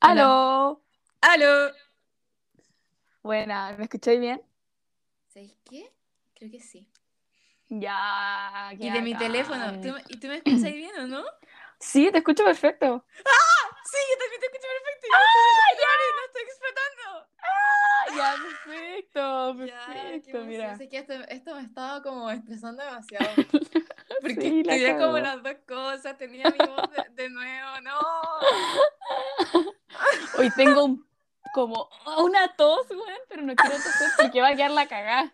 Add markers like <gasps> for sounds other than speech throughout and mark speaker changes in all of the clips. Speaker 1: ¡Aló!
Speaker 2: ¡Aló!
Speaker 1: Buena, ¿me escucháis bien?
Speaker 2: ¿Sabéis qué? Creo que sí.
Speaker 1: Ya. qué
Speaker 2: Y de mi
Speaker 1: bacán.
Speaker 2: teléfono. ¿Tú, me- ¿Y tú me escuchas bien o no?
Speaker 1: Sí, te escucho perfecto.
Speaker 2: Sí, yo también te escucho perfecto. ¡Ah, ya! ¡No estoy explotando!
Speaker 1: Ah, ya, perfecto, perfecto,
Speaker 2: emoción.
Speaker 1: mira.
Speaker 2: Sé que esto, esto me estaba como estresando <laughs> demasiado. Porque
Speaker 1: Sí, la
Speaker 2: tenía como
Speaker 1: cagó.
Speaker 2: las dos cosas, tenía mi voz de, de nuevo, no.
Speaker 1: Hoy tengo un- como una tos, weón, pero no quiero toser porque va a quedar la cagada.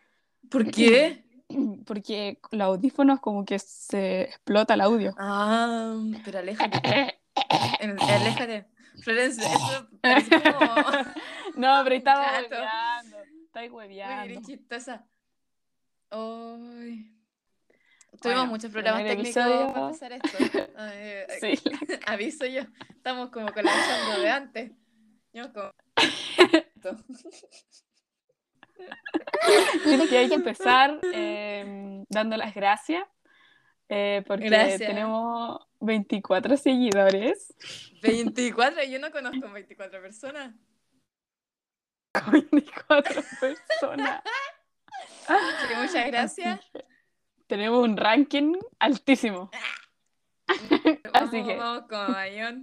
Speaker 2: ¿Por qué?
Speaker 1: <clears throat> Porque los audífonos como que se explota el
Speaker 2: <laughs>
Speaker 1: audio.
Speaker 2: Ah, pero aléjate. em, Aléjate. Florence, eso parece como.
Speaker 1: No, pero estaba
Speaker 2: Chato.
Speaker 1: hueveando. Estaba
Speaker 2: Muy
Speaker 1: hueveando.
Speaker 2: bien, chistosa. Ay. Tuvimos
Speaker 1: Bueno,
Speaker 2: muchos problemas
Speaker 1: primer
Speaker 2: técnicos
Speaker 1: episodio.
Speaker 2: para empezar esto.
Speaker 1: <laughs>
Speaker 2: Ay, ay,
Speaker 1: Sí,
Speaker 2: <laughs> Aviso yo, estamos como colapsando de antes. Yo como...
Speaker 1: Creo que hay que
Speaker 2: <laughs>
Speaker 1: empezar eh, dando las gracias eh, porque
Speaker 2: Gracias.
Speaker 1: tenemos 24 seguidores. <laughs>
Speaker 2: 24, yo no conozco 24 personas.
Speaker 1: 24 personas.
Speaker 2: Así que muchas gracias.
Speaker 1: Tenemos un ranking altísimo.
Speaker 2: Vamos,
Speaker 1: que-
Speaker 2: vamos con avión.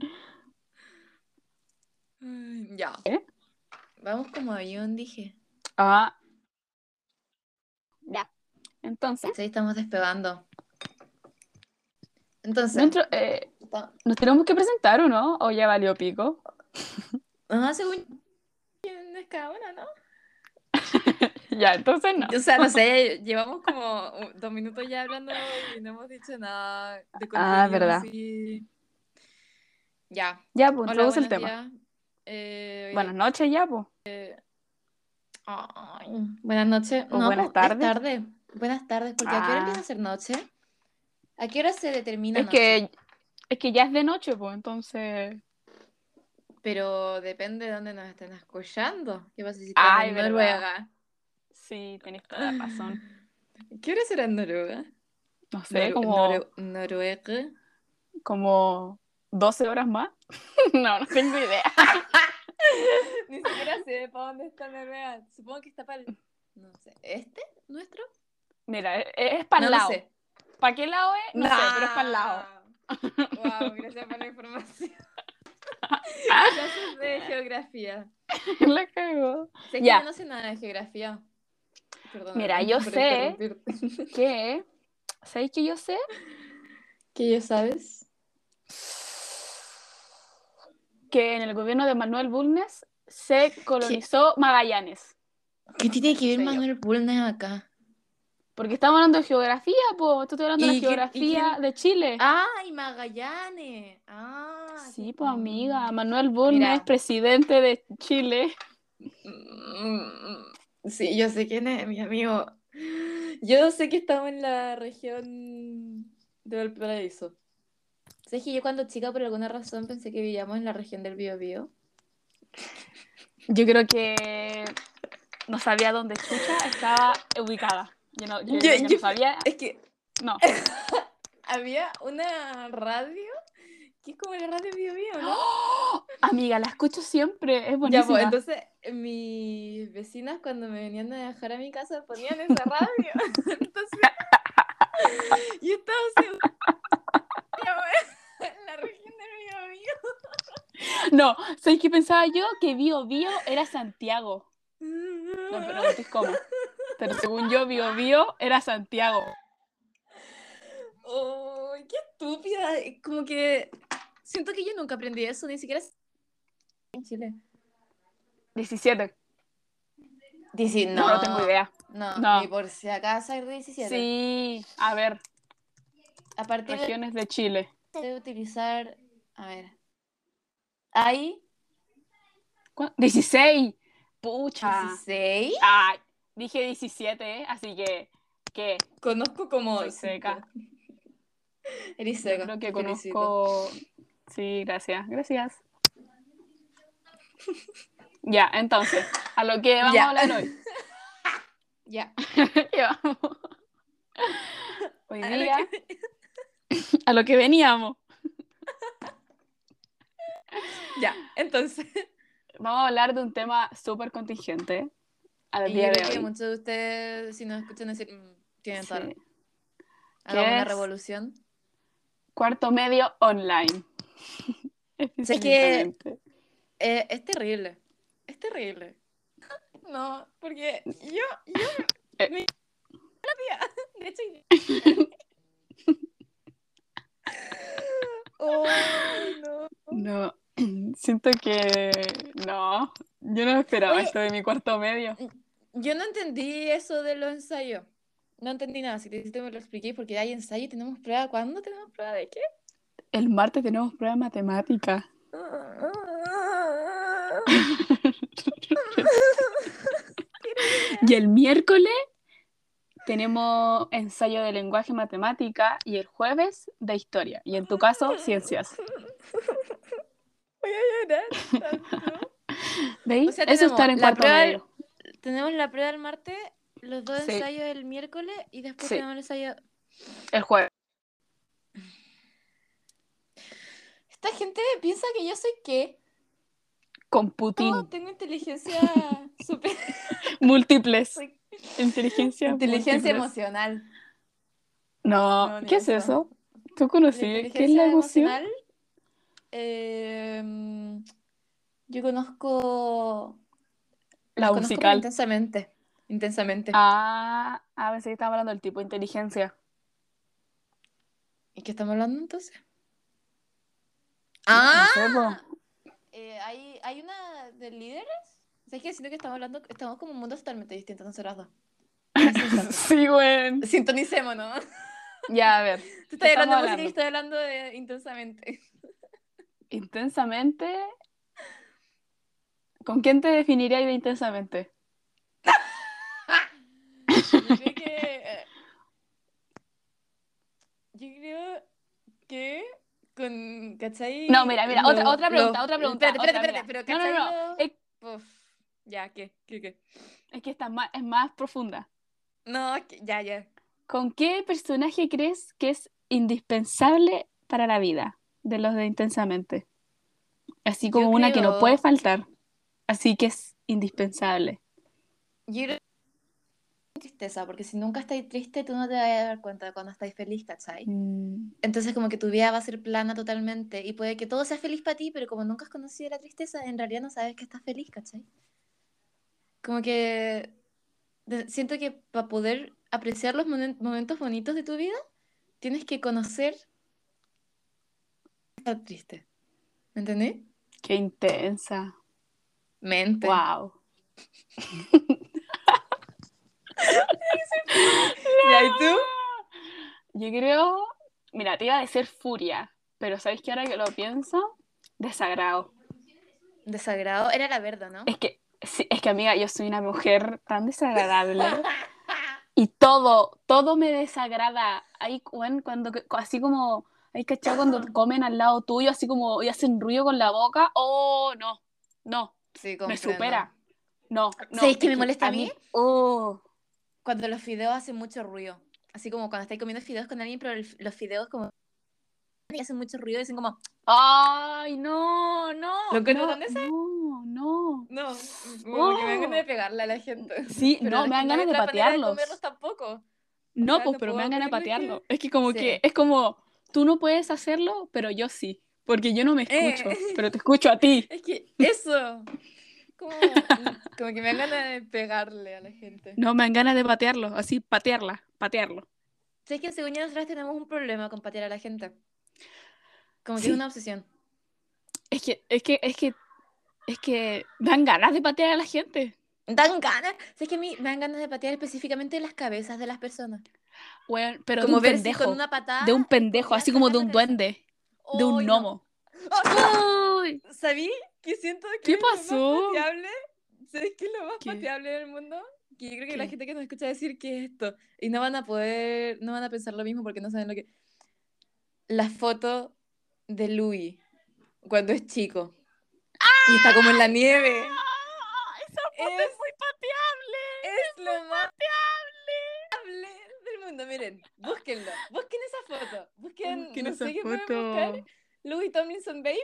Speaker 2: Ay, Ya.
Speaker 1: ¿Eh?
Speaker 2: Vamos como avión, dije.
Speaker 1: Ah. Ya. Entonces,
Speaker 2: Sí, estamos despegando. Entonces,
Speaker 1: dentro, eh,
Speaker 2: está-
Speaker 1: ¿nos tenemos que presentar o no? ¿O ya valió pico? <laughs>
Speaker 2: ah, según es cada una, ¿no?
Speaker 1: Ya, entonces <laughs> no.
Speaker 2: O sea, no sé, llevamos como un- dos minutos ya hablando y no hemos dicho nada de contenido.
Speaker 1: Ah, verdad.
Speaker 2: así. Ya.
Speaker 1: Ya, pues,
Speaker 2: Hola,
Speaker 1: introduce el
Speaker 2: buenos
Speaker 1: tema.
Speaker 2: días. Eh, hoy-
Speaker 1: Buenas noches ya, pues.
Speaker 2: Ay, buenas noches.
Speaker 1: O
Speaker 2: No, pues,
Speaker 1: buenas
Speaker 2: es
Speaker 1: tardes.
Speaker 2: tarde. Buenas tardes, porque ¿a qué hora
Speaker 1: Ah.
Speaker 2: empieza a ser noche? ¿A qué hora se determina
Speaker 1: Es
Speaker 2: noche?
Speaker 1: que, es que ya es de noche, pues, entonces...
Speaker 2: Pero depende de dónde nos estén escuchando. ¿Qué pasa si estás
Speaker 1: Ay,
Speaker 2: en
Speaker 1: verdad.
Speaker 2: Noruega?
Speaker 1: Sí, tenés toda la razón.
Speaker 2: ¿Qué hora será en Noruega?
Speaker 1: No sé,
Speaker 2: Noru-
Speaker 1: como,
Speaker 2: Noru- Noruega.
Speaker 1: como 12 horas más. <laughs> no, no tengo idea.
Speaker 2: Ni siquiera sé para dónde está Noruega. Supongo que está para el. No sé. ¿Este? ¿Nuestro?
Speaker 1: Mira, e-, es, para
Speaker 2: no
Speaker 1: el
Speaker 2: lo
Speaker 1: lado.
Speaker 2: sé. Ah.
Speaker 1: ¿Para qué lado es? No sé, pero es para el <laughs> lado.
Speaker 2: Wow, gracias por
Speaker 1: <laughs>
Speaker 2: la información. Clases de geografía.
Speaker 1: La cagó.
Speaker 2: Sé que
Speaker 1: Ya.
Speaker 2: yo no sé nada de geografía. Perdón.
Speaker 1: Mira, yo
Speaker 2: por
Speaker 1: sé-
Speaker 2: interrumpirte.
Speaker 1: ¿Qué? ¿Sabéis que yo sé?
Speaker 2: ¿Qué ya sabes?
Speaker 1: Que en el gobierno de Manuel Bulnes se colonizó Magallanes.
Speaker 2: ¿Qué tiene que
Speaker 1: ver Manuel
Speaker 2: Bulnes acá?
Speaker 1: Porque estamos hablando de geografía, pues. Tú estás hablando de la
Speaker 2: ¿Y quién- y Ah,
Speaker 1: geografía
Speaker 2: quién-
Speaker 1: de Chile.
Speaker 2: ¡Ay, Magallanes! Ah,
Speaker 1: sí,
Speaker 2: qué-
Speaker 1: pues, amiga. Manuel Bulnes,
Speaker 2: Mira.
Speaker 1: presidente de Chile.
Speaker 2: Mm, Sí, yo sé quién es, mi amigo. Yo sé que estamos en la región de Valparaíso. ¿Sabes que yo cuando chica por alguna razón pensé que vivíamos en la región del Biobío?
Speaker 1: Yo creo que no sabía dónde Chucha estaba ubicada. Yo no, yo-
Speaker 2: Yo-
Speaker 1: yo no
Speaker 2: yo-
Speaker 1: sabía.
Speaker 2: Es que
Speaker 1: No.
Speaker 2: había una radio que es como la radio Biobío, ¿no?
Speaker 1: Amiga, la escucho siempre. Es
Speaker 2: Ya,
Speaker 1: buenísima.
Speaker 2: pues, entonces mis vecinas cuando me venían a dejar a mi casa ponían esa radio. <laughs> Entonces, yo estaba <laughs> segura. La región del Biobío.
Speaker 1: No, ¿sabes qué pensaba yo? Que Bio Bio era Santiago. No, pero
Speaker 2: No,
Speaker 1: no sé cómo. Pero según yo, Bio Bio era Santiago.
Speaker 2: <laughs> Oh, qué estúpida. eh, Como que siento que yo nunca aprendí eso, ni siquiera s- en Chile.
Speaker 1: 17.
Speaker 2: Dieci-
Speaker 1: No, no, tengo idea.
Speaker 2: No,
Speaker 1: No.
Speaker 2: ni por si acaso hay 17.
Speaker 1: Sí. A ver,
Speaker 2: A partir de
Speaker 1: regiones de Chile.
Speaker 2: de utilizar, a ver. Hay
Speaker 1: ¿Cuá- 16.
Speaker 2: Ah.
Speaker 1: Pucha.
Speaker 2: 16.
Speaker 1: Ay, dije 17, ¿eh? así que. ¿Qué?
Speaker 2: Conozco como
Speaker 1: Soy seca.
Speaker 2: Eres
Speaker 1: Yo
Speaker 2: seca.
Speaker 1: creo que
Speaker 2: te felicito.
Speaker 1: conozco. Sí, gracias, gracias. <laughs> Ya, entonces, a lo que vamos
Speaker 2: Ya.
Speaker 1: a hablar
Speaker 2: <laughs>
Speaker 1: hoy. <laughs>
Speaker 2: Ya.
Speaker 1: ¿Qué vamos? Hoy día, a lo que veníamos.
Speaker 2: Ya, entonces.
Speaker 1: Vamos a hablar de un tema súper contingente al
Speaker 2: Y
Speaker 1: día
Speaker 2: yo
Speaker 1: de
Speaker 2: creo que
Speaker 1: hoy.
Speaker 2: muchos de ustedes, si nos escuchan decir, "Mm, tienen
Speaker 1: Sí.
Speaker 2: tarde.
Speaker 1: ¿Qué
Speaker 2: Hagamos una
Speaker 1: es?
Speaker 2: revolución.
Speaker 1: Cuarto medio online. <laughs>
Speaker 2: Sé que-
Speaker 1: Específicamente.
Speaker 2: Eh, es terrible. Es terrible. No, porque yo, yo
Speaker 1: Eh.
Speaker 2: me- <laughs> la tía. De hecho, <laughs> oh, no.
Speaker 1: No, <clears throat> siento que no. Yo no esperaba
Speaker 2: Oye.
Speaker 1: esto de mi cuarto medio.
Speaker 2: Yo no entendí eso de los ensayos. No entendí nada. Si te, si te me lo expliqué, porque hay ensayo y tenemos prueba. ¿Cuándo tenemos prueba de qué? <laughs>
Speaker 1: El martes tenemos prueba de matemática. Y el miércoles tenemos ensayo de lenguaje matemática y el jueves de historia. Y en tu
Speaker 2: Ah.
Speaker 1: caso, ciencias.
Speaker 2: Voy a
Speaker 1: <laughs>
Speaker 2: llorar tanto.
Speaker 1: ¿Veis?
Speaker 2: O sea,
Speaker 1: Eso es estar
Speaker 2: tenemos
Speaker 1: en
Speaker 2: la
Speaker 1: cuarto
Speaker 2: prueba-
Speaker 1: medio.
Speaker 2: Tenemos la prueba el martes, los dos
Speaker 1: Sí.
Speaker 2: ensayos el miércoles y después
Speaker 1: Sí.
Speaker 2: tenemos el ensayo.
Speaker 1: El jueves.
Speaker 2: Esta gente piensa que yo soy qué.
Speaker 1: Con
Speaker 2: No,
Speaker 1: Putin. <laughs>
Speaker 2: tengo inteligencia super.
Speaker 1: Múltiples.
Speaker 2: soy-
Speaker 1: Inteligencia.
Speaker 2: inteligencia
Speaker 1: múltiples.
Speaker 2: emocional.
Speaker 1: No,
Speaker 2: No, ni
Speaker 1: ¿qué es
Speaker 2: eso.
Speaker 1: eso? ¿Tú
Speaker 2: La
Speaker 1: conocías Ah, qué es la
Speaker 2: inteligencia
Speaker 1: emoción?
Speaker 2: emocional, em, yo conozco.
Speaker 1: La
Speaker 2: las conozco como
Speaker 1: musical.
Speaker 2: intensamente. Intensamente.
Speaker 1: Ah, a veces estamos hablando del tipo de inteligencia.
Speaker 2: ¿Y qué estamos hablando entonces?
Speaker 1: No
Speaker 2: Ah.
Speaker 1: sé, po.
Speaker 2: Eh, hay, hay una de líderes. O sea, es que siento que estamos hablando, estamos como en mundos totalmente distintos nosotras
Speaker 1: <laughs>
Speaker 2: dos. Sintonicémonos.
Speaker 1: Sí, güey.
Speaker 2: Sintonicémonos.
Speaker 1: Ya, a ver.
Speaker 2: Tú estás hablando de
Speaker 1: Estamos
Speaker 2: música y
Speaker 1: hablando.
Speaker 2: yo estoy hablando de intensamente.
Speaker 1: Intensamente. ¿Con quién te definirías de intensamente?
Speaker 2: Yo creo que. eh, Yo creo que. Con. ¿Cachai?
Speaker 1: No, mira, mira, otra-
Speaker 2: Lo-
Speaker 1: otra pregunta,
Speaker 2: lo-
Speaker 1: otra pregunta,
Speaker 2: Espérate, espérate,
Speaker 1: otra,
Speaker 2: espérate, pero
Speaker 1: mira.
Speaker 2: ¿cachai?
Speaker 1: No, no, no,
Speaker 2: lo-
Speaker 1: es,
Speaker 2: Uf, ya, ¿qué? ¿Qué, qué?
Speaker 1: es que está más, es más profunda.
Speaker 2: No, es que- ya, ya.
Speaker 1: ¿Con qué personaje crees que es indispensable para la vida de los de intensamente? Así como
Speaker 2: Yo
Speaker 1: una que no
Speaker 2: creo-
Speaker 1: puede faltar. Así que es indispensable.
Speaker 2: Yo creo que tristeza, porque si nunca estás triste, tú no te vas a dar cuenta de cuando estás feliz, ¿cachai?
Speaker 1: Mm,
Speaker 2: Entonces como que tu vida va a ser plana totalmente y puede que todo sea feliz para ti, pero como nunca has conocido la tristeza, en realidad no sabes que estás feliz, ¿cachai? Como que de- siento que para poder apreciar los momen- momentos bonitos de tu vida, tienes que conocer estar triste. ¿Me entendés?
Speaker 1: qué intensa.
Speaker 2: Mente.
Speaker 1: Wow.
Speaker 2: Ya, <laughs> ¿Y tú?
Speaker 1: Yo creo, mira, te iba a decir furia, pero ¿sabes que ahora que lo pienso? Desagrado.
Speaker 2: Desagrado. Era la verdad, ¿no?
Speaker 1: Es que, sí, es que amiga, yo soy una mujer tan
Speaker 2: <laughs>
Speaker 1: desagradable y todo, todo me desagrada. Ahí, weón, cuando, que- así como, hay cachado cuando
Speaker 2: <laughs>
Speaker 1: comen al lado tuyo, así como, y hacen ruido con la boca, oh, no, no,
Speaker 2: <laughs> Sí,
Speaker 1: me
Speaker 2: comprendo.
Speaker 1: supera. No, no.
Speaker 2: ¿Sabes qué me molesta a mí?
Speaker 1: oh,
Speaker 2: Cuando los fideos hacen mucho ruido. Así como cuando estáis comiendo fideos con alguien, pero el- los fideos como... y hacen mucho ruido y dicen como...
Speaker 1: ay, no, no.
Speaker 2: Lo encuentro
Speaker 1: no,
Speaker 2: tan desa-
Speaker 1: No, no.
Speaker 2: <laughs> No,
Speaker 1: como que me dan ganas de
Speaker 2: pegarle a la gente.
Speaker 1: Sí, no, me dan ganas de patearlos.
Speaker 2: tampoco.
Speaker 1: No,
Speaker 2: sea,
Speaker 1: pues,
Speaker 2: no
Speaker 1: pero me
Speaker 2: puedo
Speaker 1: dan ganas de
Speaker 2: creerlo que-
Speaker 1: patearlo. Es que como
Speaker 2: Sí.
Speaker 1: que, es como, tú no puedes hacerlo, pero yo sí. Porque yo no me
Speaker 2: Eh. <laughs>
Speaker 1: escucho, pero te escucho a ti.
Speaker 2: Es que eso. Como, como que me dan ganas de pegarle a la gente.
Speaker 1: No, me dan ganas de patearlo, así, patearla, patearlo.
Speaker 2: Sé que según yo nosotras tenemos un problema con patear a la gente. Como que
Speaker 1: Sí.
Speaker 2: es una obsesión.
Speaker 1: Es que, es que, es que, es que dan ganas de patear a la gente.
Speaker 2: Dan ganas. Sé que a mí me dan ganas de patear específicamente las cabezas de las personas.
Speaker 1: Weón, pero
Speaker 2: como
Speaker 1: de
Speaker 2: ver
Speaker 1: un
Speaker 2: si
Speaker 1: pendejo,
Speaker 2: con una patada.
Speaker 1: de un pendejo,
Speaker 2: ya
Speaker 1: así como de
Speaker 2: sacar
Speaker 1: un
Speaker 2: la cabeza.
Speaker 1: duende, de un
Speaker 2: ¡Ay, no!
Speaker 1: gnomo.
Speaker 2: ¡Ay, no!
Speaker 1: Uy,
Speaker 2: ¿Sabí? Que siento que
Speaker 1: ¿Qué
Speaker 2: es lo más
Speaker 1: pasó?
Speaker 2: pateable. ¿Sabes qué es lo más
Speaker 1: ¿Qué?
Speaker 2: pateable del mundo? Que yo creo que la
Speaker 1: ¿Qué?
Speaker 2: gente que nos escucha decir que es esto. Y no van a poder, no van a pensar lo mismo porque no saben lo que. La foto de Louis cuando es chico. Y está como en la nieve.
Speaker 1: ¡Ah!
Speaker 2: Es,
Speaker 1: muy pateada.
Speaker 2: es lo más pateable del mundo. Miren, búsquenlo. Busquen esa foto. Busquen,
Speaker 1: Busquen
Speaker 2: no
Speaker 1: esa
Speaker 2: sé qué pueden
Speaker 1: foto.
Speaker 2: buscar. Louis Tomlinson Baby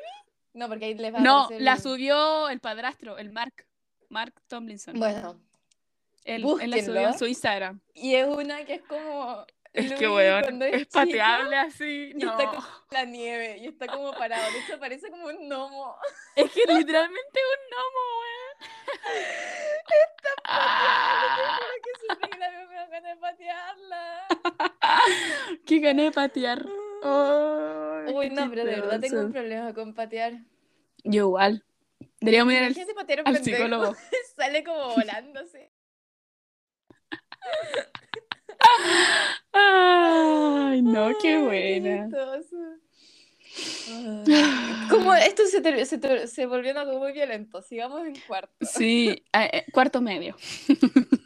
Speaker 2: No, porque ahí les va a
Speaker 1: No,
Speaker 2: aparecer
Speaker 1: la
Speaker 2: el-
Speaker 1: subió el padrastro, el Mark. Mark Tomlinson.
Speaker 2: Bueno,
Speaker 1: él, él la subió en
Speaker 2: búsquenlo.
Speaker 1: su Instagram.
Speaker 2: y es una que es como.
Speaker 1: Es que,
Speaker 2: Louis
Speaker 1: weón,
Speaker 2: cuando
Speaker 1: es,
Speaker 2: chico
Speaker 1: <laughs> pateable así.
Speaker 2: Y
Speaker 1: No.
Speaker 2: está como en la nieve y está como parado. De hecho, parece como un gnomo.
Speaker 1: <laughs>
Speaker 2: <laughs>
Speaker 1: Es que literalmente un gnomo, weón.
Speaker 2: Pero que sufrí que la veo, me dan ganas
Speaker 1: <laughs>
Speaker 2: de patearla.
Speaker 1: Qué gané de patear. Ay,
Speaker 2: Uy,
Speaker 1: qué
Speaker 2: no, pero de verdad tengo
Speaker 1: chistoso.
Speaker 2: un problema con patear.
Speaker 1: Yo igual. Deberíamos ir al,
Speaker 2: Imagínate patear a un
Speaker 1: al
Speaker 2: pendejo.
Speaker 1: psicólogo.
Speaker 2: <laughs> Sale
Speaker 1: <laughs>
Speaker 2: como volándose.
Speaker 1: Ay, no, qué
Speaker 2: Ay,
Speaker 1: buena.
Speaker 2: chistoso.
Speaker 1: <laughs>
Speaker 2: Ay, Como esto se, ter- se, ter- se volvió algo muy violento. Sigamos en cuarto.
Speaker 1: Sí, eh, eh, cuarto medio.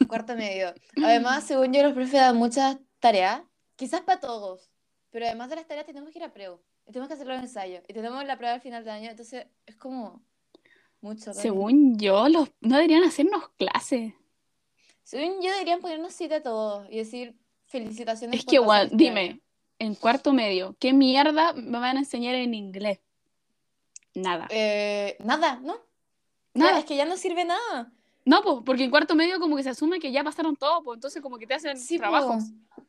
Speaker 2: Cuarto medio.
Speaker 1: <laughs>
Speaker 2: Además, según yo, los profes dan muchas tareas. Quizás para todos. Pero además de las tareas, tenemos que ir a preo. Y tenemos que hacer los ensayos. Y tenemos la prueba al final del año. Entonces, es como mucho. ¿vale?
Speaker 1: Según yo, los, no deberían hacernos clases.
Speaker 2: Según yo, deberían ponernos cita a todos y decir felicitaciones.
Speaker 1: Es
Speaker 2: por
Speaker 1: que,
Speaker 2: pasar
Speaker 1: weón,
Speaker 2: este año.
Speaker 1: dime, en cuarto medio, ¿qué mierda me van a enseñar en inglés? Nada.
Speaker 2: Eh, nada, ¿no?
Speaker 1: Nada.
Speaker 2: Es que ya no sirve nada.
Speaker 1: No, pues, porque en cuarto medio como que se asume que ya pasaron todo, pues entonces como que te hacen
Speaker 2: Sí,
Speaker 1: trabajos.
Speaker 2: po.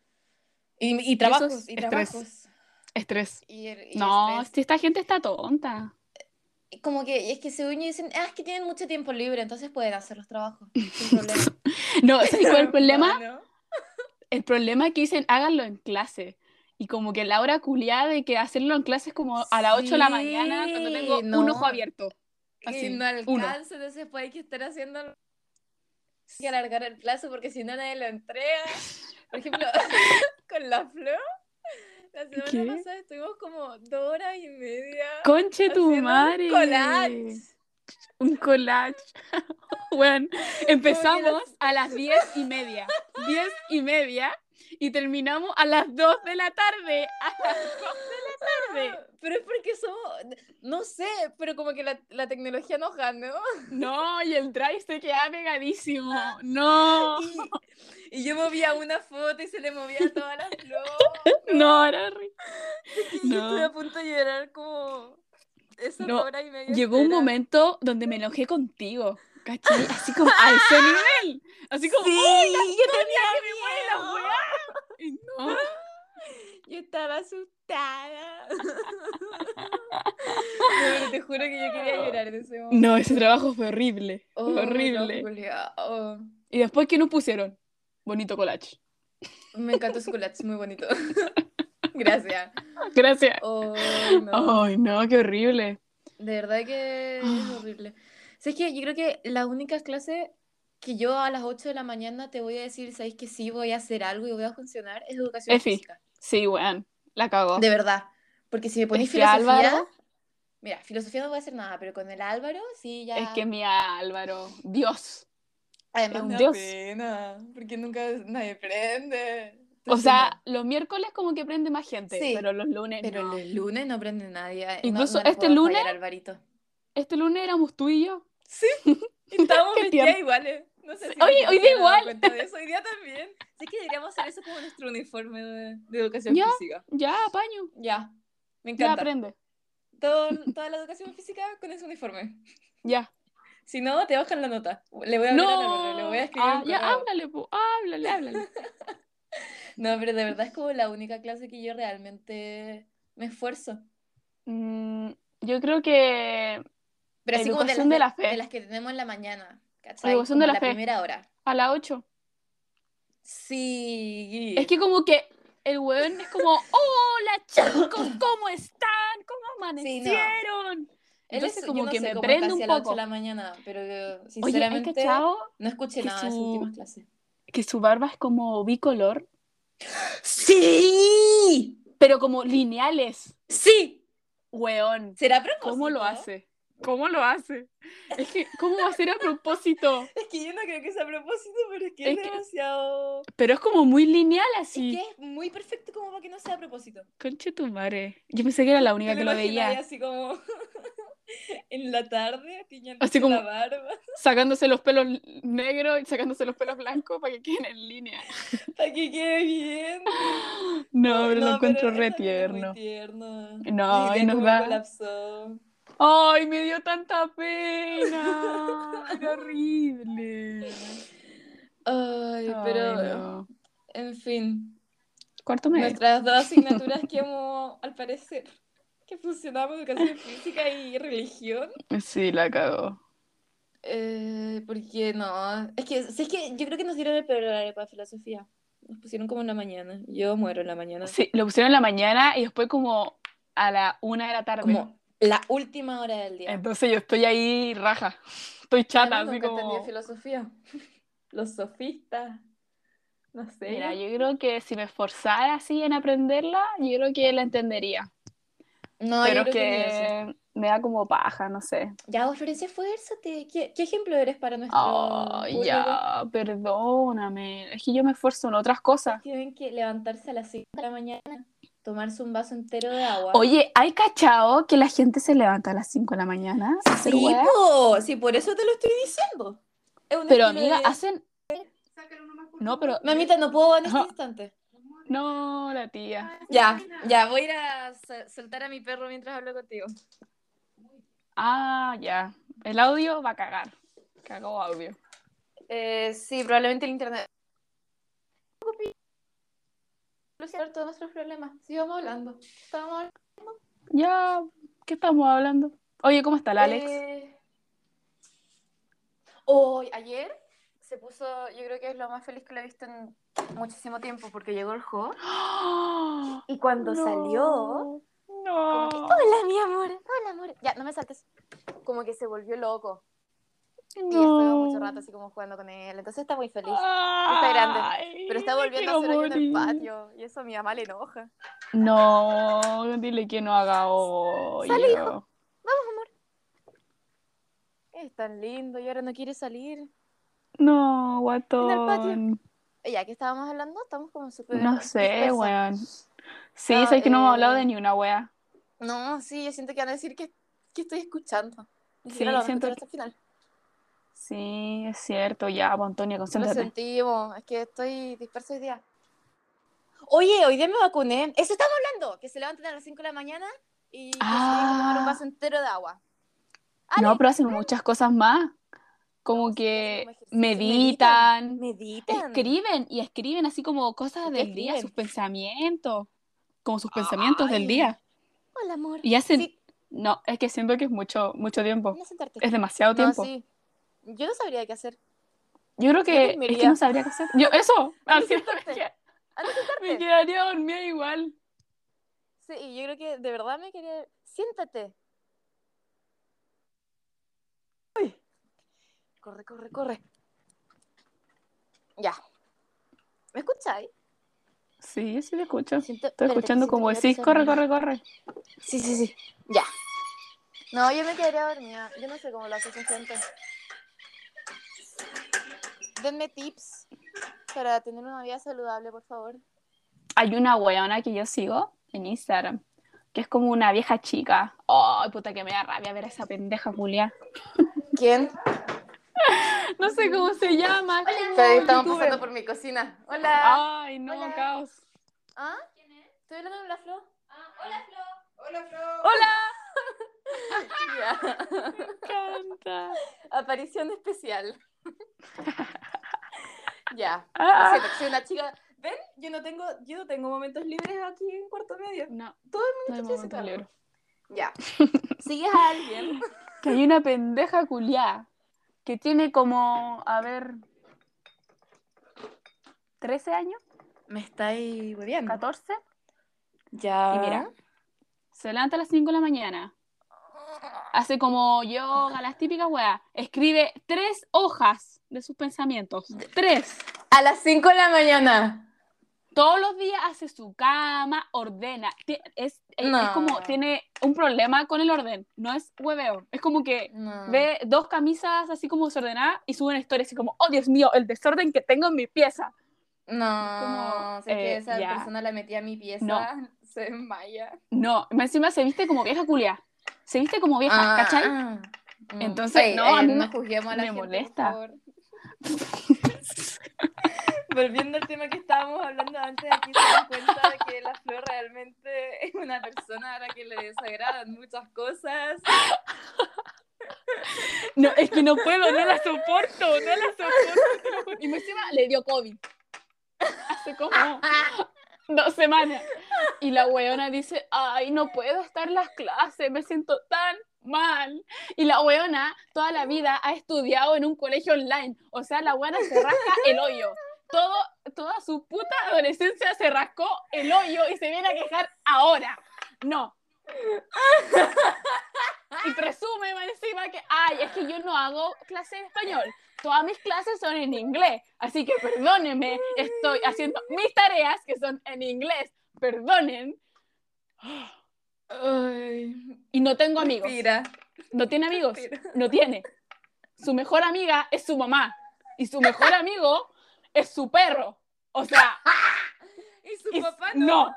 Speaker 2: Y, y trabajos,
Speaker 1: es
Speaker 2: y
Speaker 1: estrés.
Speaker 2: trabajos.
Speaker 1: Estrés.
Speaker 2: Y, el- y
Speaker 1: No,
Speaker 2: estrés.
Speaker 1: si esta gente está tonta.
Speaker 2: Y Como que y es que según yo dicen, ah, es que tienen mucho tiempo libre, entonces pueden hacer los trabajos.
Speaker 1: <laughs>
Speaker 2: Sin problema.
Speaker 1: No,
Speaker 2: <laughs>
Speaker 1: ¿sabes cuál es el problema?
Speaker 2: Bueno.
Speaker 1: El problema es que dicen háganlo en clase. Y como que la hora culiada de que hacerlo en clase es como a las 8 de la mañana cuando
Speaker 2: Sí,
Speaker 1: tengo
Speaker 2: no.
Speaker 1: un ojo abierto. Así,
Speaker 2: y no
Speaker 1: uno.
Speaker 2: alcanza, entonces pues hay que estar haciendo hay que alargar el plazo porque si no nadie lo entrega. Por ejemplo, <laughs> con la flor, la semana
Speaker 1: ¿Qué?
Speaker 2: pasada estuvimos como dos horas y media
Speaker 1: Conche tu
Speaker 2: haciendo
Speaker 1: madre.
Speaker 2: un collage.
Speaker 1: Un collage. <laughs> Bueno, empezamos
Speaker 2: las-
Speaker 1: a las diez y media. Diez y media. Y terminamos a las 2 de la tarde. A las 2 de la tarde.
Speaker 2: Pero es porque somos, no sé, pero como que la, la tecnología nos ganó.
Speaker 1: No, y el drive se queda pegadísimo. No.
Speaker 2: Y, y yo movía una foto y se le movía a todas las
Speaker 1: <laughs>
Speaker 2: flores.
Speaker 1: No, era horrible.
Speaker 2: Y
Speaker 1: No.
Speaker 2: estuve a punto de llorar como esa
Speaker 1: No,
Speaker 2: hora y media.
Speaker 1: Llegó un
Speaker 2: espera.
Speaker 1: momento donde me enojé contigo. ¿Cachai? Así como a
Speaker 2: <laughs>
Speaker 1: ese nivel. Así como,
Speaker 2: Sí,
Speaker 1: ¡Uy, la
Speaker 2: yo
Speaker 1: Sonia que me mueve
Speaker 2: tenía
Speaker 1: la
Speaker 2: miedo.
Speaker 1: weá! Y no.
Speaker 2: Yo estaba
Speaker 1: <laughs>
Speaker 2: asustada. No, pero te juro que yo quería llorar en ese momento.
Speaker 1: No, ese trabajo fue horrible.
Speaker 2: Oh,
Speaker 1: fue
Speaker 2: no, Oh,
Speaker 1: horrible.
Speaker 2: culiao.
Speaker 1: Y después, ¿qué nos pusieron? Bonito collage.
Speaker 2: Me encantó su collage, muy bonito. <laughs> Gracias.
Speaker 1: Gracias.
Speaker 2: Oh, no.
Speaker 1: Ay, no, qué horrible.
Speaker 2: De verdad que es horrible. ¿Sabes que Yo creo que las únicas clases que yo a las 8 de la mañana te voy a decir, ¿sabes que sí voy a hacer algo y voy a funcionar? Es educación
Speaker 1: Efi.
Speaker 2: física.
Speaker 1: Sí, weón. La cagó.
Speaker 2: De verdad. Porque si me pones
Speaker 1: Es que
Speaker 2: filosofía,
Speaker 1: Álvaro-
Speaker 2: mira, filosofía no voy a hacer nada, pero con el Álvaro sí ya.
Speaker 1: Es que mi Álvaro. Dios.
Speaker 2: Además,
Speaker 1: Es un
Speaker 2: me da
Speaker 1: dios.
Speaker 2: pena, porque nunca nadie prende.
Speaker 1: O
Speaker 2: Entonces,
Speaker 1: sea, los miércoles como que prende más gente,
Speaker 2: Sí.
Speaker 1: pero los lunes
Speaker 2: no. pero
Speaker 1: no.
Speaker 2: el lunes no prende nadie. No-
Speaker 1: Incluso
Speaker 2: no le
Speaker 1: este
Speaker 2: puedo
Speaker 1: lunes- <laughs>
Speaker 2: fallar, Alvarito.
Speaker 1: Este lunes éramos tú y yo.
Speaker 2: Sí, <laughs> estábamos
Speaker 1: Qué
Speaker 2: vestidas
Speaker 1: tierno.
Speaker 2: iguales. No sé si
Speaker 1: Oye,
Speaker 2: ustedes
Speaker 1: hoy día
Speaker 2: se han dado
Speaker 1: igual.
Speaker 2: cuenta de eso, hoy día también. Así que deberíamos hacer eso como nuestro uniforme de, de educación
Speaker 1: Ya.
Speaker 2: física.
Speaker 1: Ya, paño.
Speaker 2: Ya, me
Speaker 1: Ya
Speaker 2: encanta.
Speaker 1: aprende.
Speaker 2: Todo- toda la educación física con ese uniforme.
Speaker 1: Ya.
Speaker 2: Si no, te bajan la nota. Le voy a hablar a Álvaro, le voy a escribir
Speaker 1: Ah,
Speaker 2: un
Speaker 1: ya,
Speaker 2: correo.
Speaker 1: háblale, po, háblale,
Speaker 2: <laughs>
Speaker 1: háblale.
Speaker 2: No, pero de verdad es como la única clase que yo realmente me esfuerzo.
Speaker 1: Mm, yo creo que
Speaker 2: Pero así como de
Speaker 1: Educación
Speaker 2: las,
Speaker 1: de la fe.
Speaker 2: de las que tenemos en la mañana, ¿cachai?
Speaker 1: Educación de
Speaker 2: Como
Speaker 1: la
Speaker 2: la
Speaker 1: fe.
Speaker 2: primera hora.
Speaker 1: a las 8.
Speaker 2: Sí.
Speaker 1: Es que como que el huevón es como, hola chicos, ¿cómo están? ¿Cómo amanecieron?
Speaker 2: Él es-
Speaker 1: Entonces
Speaker 2: yo
Speaker 1: como
Speaker 2: no
Speaker 1: que
Speaker 2: sé
Speaker 1: me
Speaker 2: cómo
Speaker 1: prende
Speaker 2: casi
Speaker 1: un
Speaker 2: a las ocho
Speaker 1: poco.
Speaker 2: de la mañana, pero yo,
Speaker 1: Oye, ¿has
Speaker 2: sinceramente
Speaker 1: cachado
Speaker 2: no escuché
Speaker 1: que
Speaker 2: nada de sus
Speaker 1: su-
Speaker 2: últimas clases.
Speaker 1: que su barba es como bicolor,
Speaker 2: ¡Sí!
Speaker 1: pero como lineales?
Speaker 2: ¡Sí!
Speaker 1: Hueón,
Speaker 2: ¿Será a propósito?
Speaker 1: ¿cómo lo hace? ¿Cómo lo hace? Es que, ¿cómo va a ser a propósito?
Speaker 2: <laughs> Es que yo no creo que sea a propósito, pero es que es,
Speaker 1: Es que-
Speaker 2: demasiado...
Speaker 1: Pero es como muy lineal así.
Speaker 2: Es que es muy perfecto como para que no sea a propósito.
Speaker 1: Conche tu madre. Yo pensé que era la única
Speaker 2: Yo
Speaker 1: que
Speaker 2: me
Speaker 1: lo
Speaker 2: imagino ahí
Speaker 1: veía.
Speaker 2: así como <laughs> en la tarde, tiñéndose
Speaker 1: Así como-
Speaker 2: la barba, <laughs>
Speaker 1: Sacándose los pelos negros y sacándose los pelos blancos para que queden en línea.
Speaker 2: para que quede bien.
Speaker 1: <laughs> No, pero lo
Speaker 2: No,
Speaker 1: encuentro
Speaker 2: él
Speaker 1: re
Speaker 2: también es muy
Speaker 1: tierno.
Speaker 2: tierno.
Speaker 1: No, y
Speaker 2: Y ya
Speaker 1: nos
Speaker 2: como
Speaker 1: da-
Speaker 2: colapsó.
Speaker 1: Ay, me dio tanta pena.
Speaker 2: <laughs>
Speaker 1: Era horrible.
Speaker 2: Ay, pero
Speaker 1: Ay, no.
Speaker 2: en fin,
Speaker 1: Cuarto medio.
Speaker 2: nuestras dos asignaturas que hemos, al parecer, que funcionamos educación física y religión.
Speaker 1: Sí, la cagó.
Speaker 2: Eh, porque no, es que, si es que yo creo que nos dieron el peor horario para filosofía. Nos pusieron como en la mañana. Yo muero en la mañana.
Speaker 1: Sí, lo pusieron en la mañana y después como a la una de la tarde.
Speaker 2: Como la última hora del día.
Speaker 1: Entonces yo estoy ahí raja. <laughs> Estoy chata,
Speaker 2: Además,
Speaker 1: así
Speaker 2: nunca entendí
Speaker 1: como...
Speaker 2: filosofía. <laughs> Los sofistas. No sé.
Speaker 1: Mira, yo creo que si me esforzara así en aprenderla, yo creo que la entendería.
Speaker 2: no, yo
Speaker 1: pero
Speaker 2: creo que ni eso.
Speaker 1: que me da como paja, no sé.
Speaker 2: Ya, vos, Florencia, esfuérzate. ¿Qué, qué ejemplo eres para nuestro
Speaker 1: Oh,
Speaker 2: público?
Speaker 1: ya, perdóname. Es que yo me esfuerzo en otras cosas.
Speaker 2: Tienen que levantarse a las 5 de la mañana, tomarse un vaso entero de agua.
Speaker 1: Oye, ¿hay cachao que la gente se levanta a las 5 de la mañana? a hacer
Speaker 2: sí,
Speaker 1: weas?
Speaker 2: po, sí, por eso te lo estoy diciendo. Es un
Speaker 1: Pero
Speaker 2: estilo
Speaker 1: amiga,
Speaker 2: de-
Speaker 1: hacen... No, pero...
Speaker 2: Mamita, no puedo en este
Speaker 1: Ajá.
Speaker 2: instante.
Speaker 1: No, la tía.
Speaker 2: Ya, ya, voy a ir a sol- soltar a mi perro mientras hablo contigo.
Speaker 1: Ah, ya. El audio va a cagar. Cagó audio.
Speaker 2: Eh, sí, probablemente el internet. Solucionar todos nuestros problemas. Sigamos hablando. Estamos hablando.
Speaker 1: Ya, ¿qué estamos hablando? Oye, ¿cómo está la Alex?
Speaker 2: Eh, hoy- ayer se puso, yo creo que es lo más feliz que lo he visto en muchísimo tiempo porque llegó el juego. Y
Speaker 1: <gasps>
Speaker 2: cuando salió,
Speaker 1: No.
Speaker 2: hola mi amor, hola amor. Ya, no me saltes. Como que se volvió loco. Y
Speaker 1: no.
Speaker 2: estuvo mucho rato así como jugando con él. Entonces está muy feliz.
Speaker 1: Está
Speaker 2: grande, Pero está volviendo a hacer hoyo en el
Speaker 1: patio.
Speaker 2: patio. Y eso a mi mamá le enoja.
Speaker 1: No, dile que no haga hoyo.
Speaker 2: Sale, hijo. Es tan lindo y ahora no quiere salir.
Speaker 1: No, guatón.
Speaker 2: En el patio. Ya que estábamos hablando, estamos como súper.
Speaker 1: No sé,
Speaker 2: dispersas.
Speaker 1: weón. Sí,
Speaker 2: No,
Speaker 1: sé que no hemos
Speaker 2: eh,
Speaker 1: hablado de ni una wea.
Speaker 2: No, sí, yo siento que van a decir que, que estoy escuchando. Ni
Speaker 1: Sí,
Speaker 2: siquiera lo van a
Speaker 1: siento
Speaker 2: escuchar hasta el final.
Speaker 1: Sí, es cierto, ya, pues, Antonia,
Speaker 2: Lo
Speaker 1: concéntrate.
Speaker 2: sentimos, es que estoy disperso hoy día. Oye, hoy día me vacuné. Eso estamos hablando, que se levanten a las 5 de la mañana y que se tienen que tomar
Speaker 1: Ah.
Speaker 2: un vaso entero de agua.
Speaker 1: No,
Speaker 2: Ale,
Speaker 1: pero hacen muchas cosas más. Como que
Speaker 2: hacen como ejercicio.
Speaker 1: meditan,
Speaker 2: meditan.
Speaker 1: escriben y escriben así como cosas
Speaker 2: ¿Qué
Speaker 1: del día,
Speaker 2: escriben?
Speaker 1: sus pensamientos. Como sus pensamientos del día.
Speaker 2: Hola, amor.
Speaker 1: Y hacen.
Speaker 2: Sí,
Speaker 1: No, es que siento que es mucho, mucho tiempo.
Speaker 2: ven a sentarte.
Speaker 1: Es demasiado
Speaker 2: No,
Speaker 1: tiempo.
Speaker 2: sí. Yo no sabría qué hacer.
Speaker 1: Yo creo
Speaker 2: Yo
Speaker 1: que
Speaker 2: dormiría.
Speaker 1: es que no sabría qué hacer.
Speaker 2: <laughs>
Speaker 1: Yo, eso, al final
Speaker 2: sentarte.
Speaker 1: que-
Speaker 2: Anda a
Speaker 1: me
Speaker 2: sentarte.
Speaker 1: quedaría dormida igual.
Speaker 2: Sí, y yo creo que de verdad me quería. Siéntate. Uy. Corre, corre, corre. Ya. ¿Me escucháis?
Speaker 1: Sí, sí te escucho. Estoy
Speaker 2: Siento- espérate, que
Speaker 1: escuchando
Speaker 2: siento
Speaker 1: como
Speaker 2: que ya te
Speaker 1: decís, corre,
Speaker 2: sonó.
Speaker 1: corre, corre.
Speaker 2: Sí, sí, sí. Ya. No, yo me quedaría dormida. Yo no sé cómo lo hace esa gente. Denme tips para tener una vida saludable, por favor.
Speaker 1: Hay una weona que yo sigo en Instagram, que es como una vieja chica. Ay, puta que me da rabia ver a esa pendeja Julia.
Speaker 2: ¿Quién?
Speaker 1: No sé cómo se llama. es como youtuber.
Speaker 2: por mi cocina. Hola.
Speaker 1: Ay, no,
Speaker 2: Hola.
Speaker 1: caos.
Speaker 2: ¿Ah? ¿Quién es? ¿Estoy hablando con la Flo? hola, Flo. Hola, Flo.
Speaker 1: Hola.
Speaker 2: <laughs> Ya. <laughs>
Speaker 1: Canta.
Speaker 2: Aparición <laughs> especial. ya.
Speaker 1: Ah.
Speaker 2: Lo siento, soy una chica. ¿Ven? Yo no tengo, yo no tengo momentos libres aquí en cuarto medio.
Speaker 1: No,
Speaker 2: Todo
Speaker 1: no hay
Speaker 2: estoy
Speaker 1: momento
Speaker 2: sacando.
Speaker 1: libre.
Speaker 2: Ya. ¿Sigues a alguien?
Speaker 1: Que hay una pendeja culiá que tiene como, a ver, 13 años,
Speaker 2: Me estáis hueviando.
Speaker 1: 14.
Speaker 2: Ya.
Speaker 1: Y mira, se levanta a las 5 de la mañana, hace como yoga, las típicas weas, escribe tres hojas de sus pensamientos. Tres.
Speaker 2: A las 5 de la mañana.
Speaker 1: Todos los días hace su cama, ordena. Ti- Es, es- es
Speaker 2: No.
Speaker 1: como, tiene un problema con el orden, no es hueveo. Es como que
Speaker 2: No.
Speaker 1: ve dos camisas así como desordenadas y sube una historia así como, oh Dios mío, el desorden que tengo en mi pieza.
Speaker 2: No.
Speaker 1: Como,
Speaker 2: Sé que
Speaker 1: eh,
Speaker 2: esa
Speaker 1: ya.
Speaker 2: persona la metí a mi pieza.
Speaker 1: No.
Speaker 2: Se desmaya.
Speaker 1: No, más encima se viste como vieja culia. Se viste como vieja,
Speaker 2: Ah,
Speaker 1: ¿cachai?
Speaker 2: ah. Mm.
Speaker 1: Entonces, no, a mí me-
Speaker 2: juzguemos ah.
Speaker 1: me molesta.
Speaker 2: favor. volviendo al tema que estábamos hablando antes, aquí se dan cuenta de que la flor realmente es una persona a la que le desagradan muchas cosas.
Speaker 1: No, es que no puedo, no la soporto, no la soporto. te lo juro. Y me encima le dio COVID. <laughs> Hace como <laughs> dos semanas. Y la weona dice, ay, no puedo estar en las clases, me siento tan mal. Y la weona toda la vida ha estudiado en un colegio online. O sea, la weona se rasca el hoyo. Todo, toda su puta adolescencia se rascó el hoyo y se viene a quejar ahora. No. Y presume más encima que, ay, es que yo no hago clases en español. Todas mis clases son en inglés. Así que perdónenme, estoy haciendo mis tareas que son en inglés. Perdonen.
Speaker 2: Ay,
Speaker 1: Y no tengo amigos.
Speaker 2: Mira.
Speaker 1: No tiene amigos. No tiene. Su mejor amiga es su mamá. Y su mejor amigo es su perro. O sea,
Speaker 2: Y <laughs> su
Speaker 1: y-
Speaker 2: papá no.
Speaker 1: no.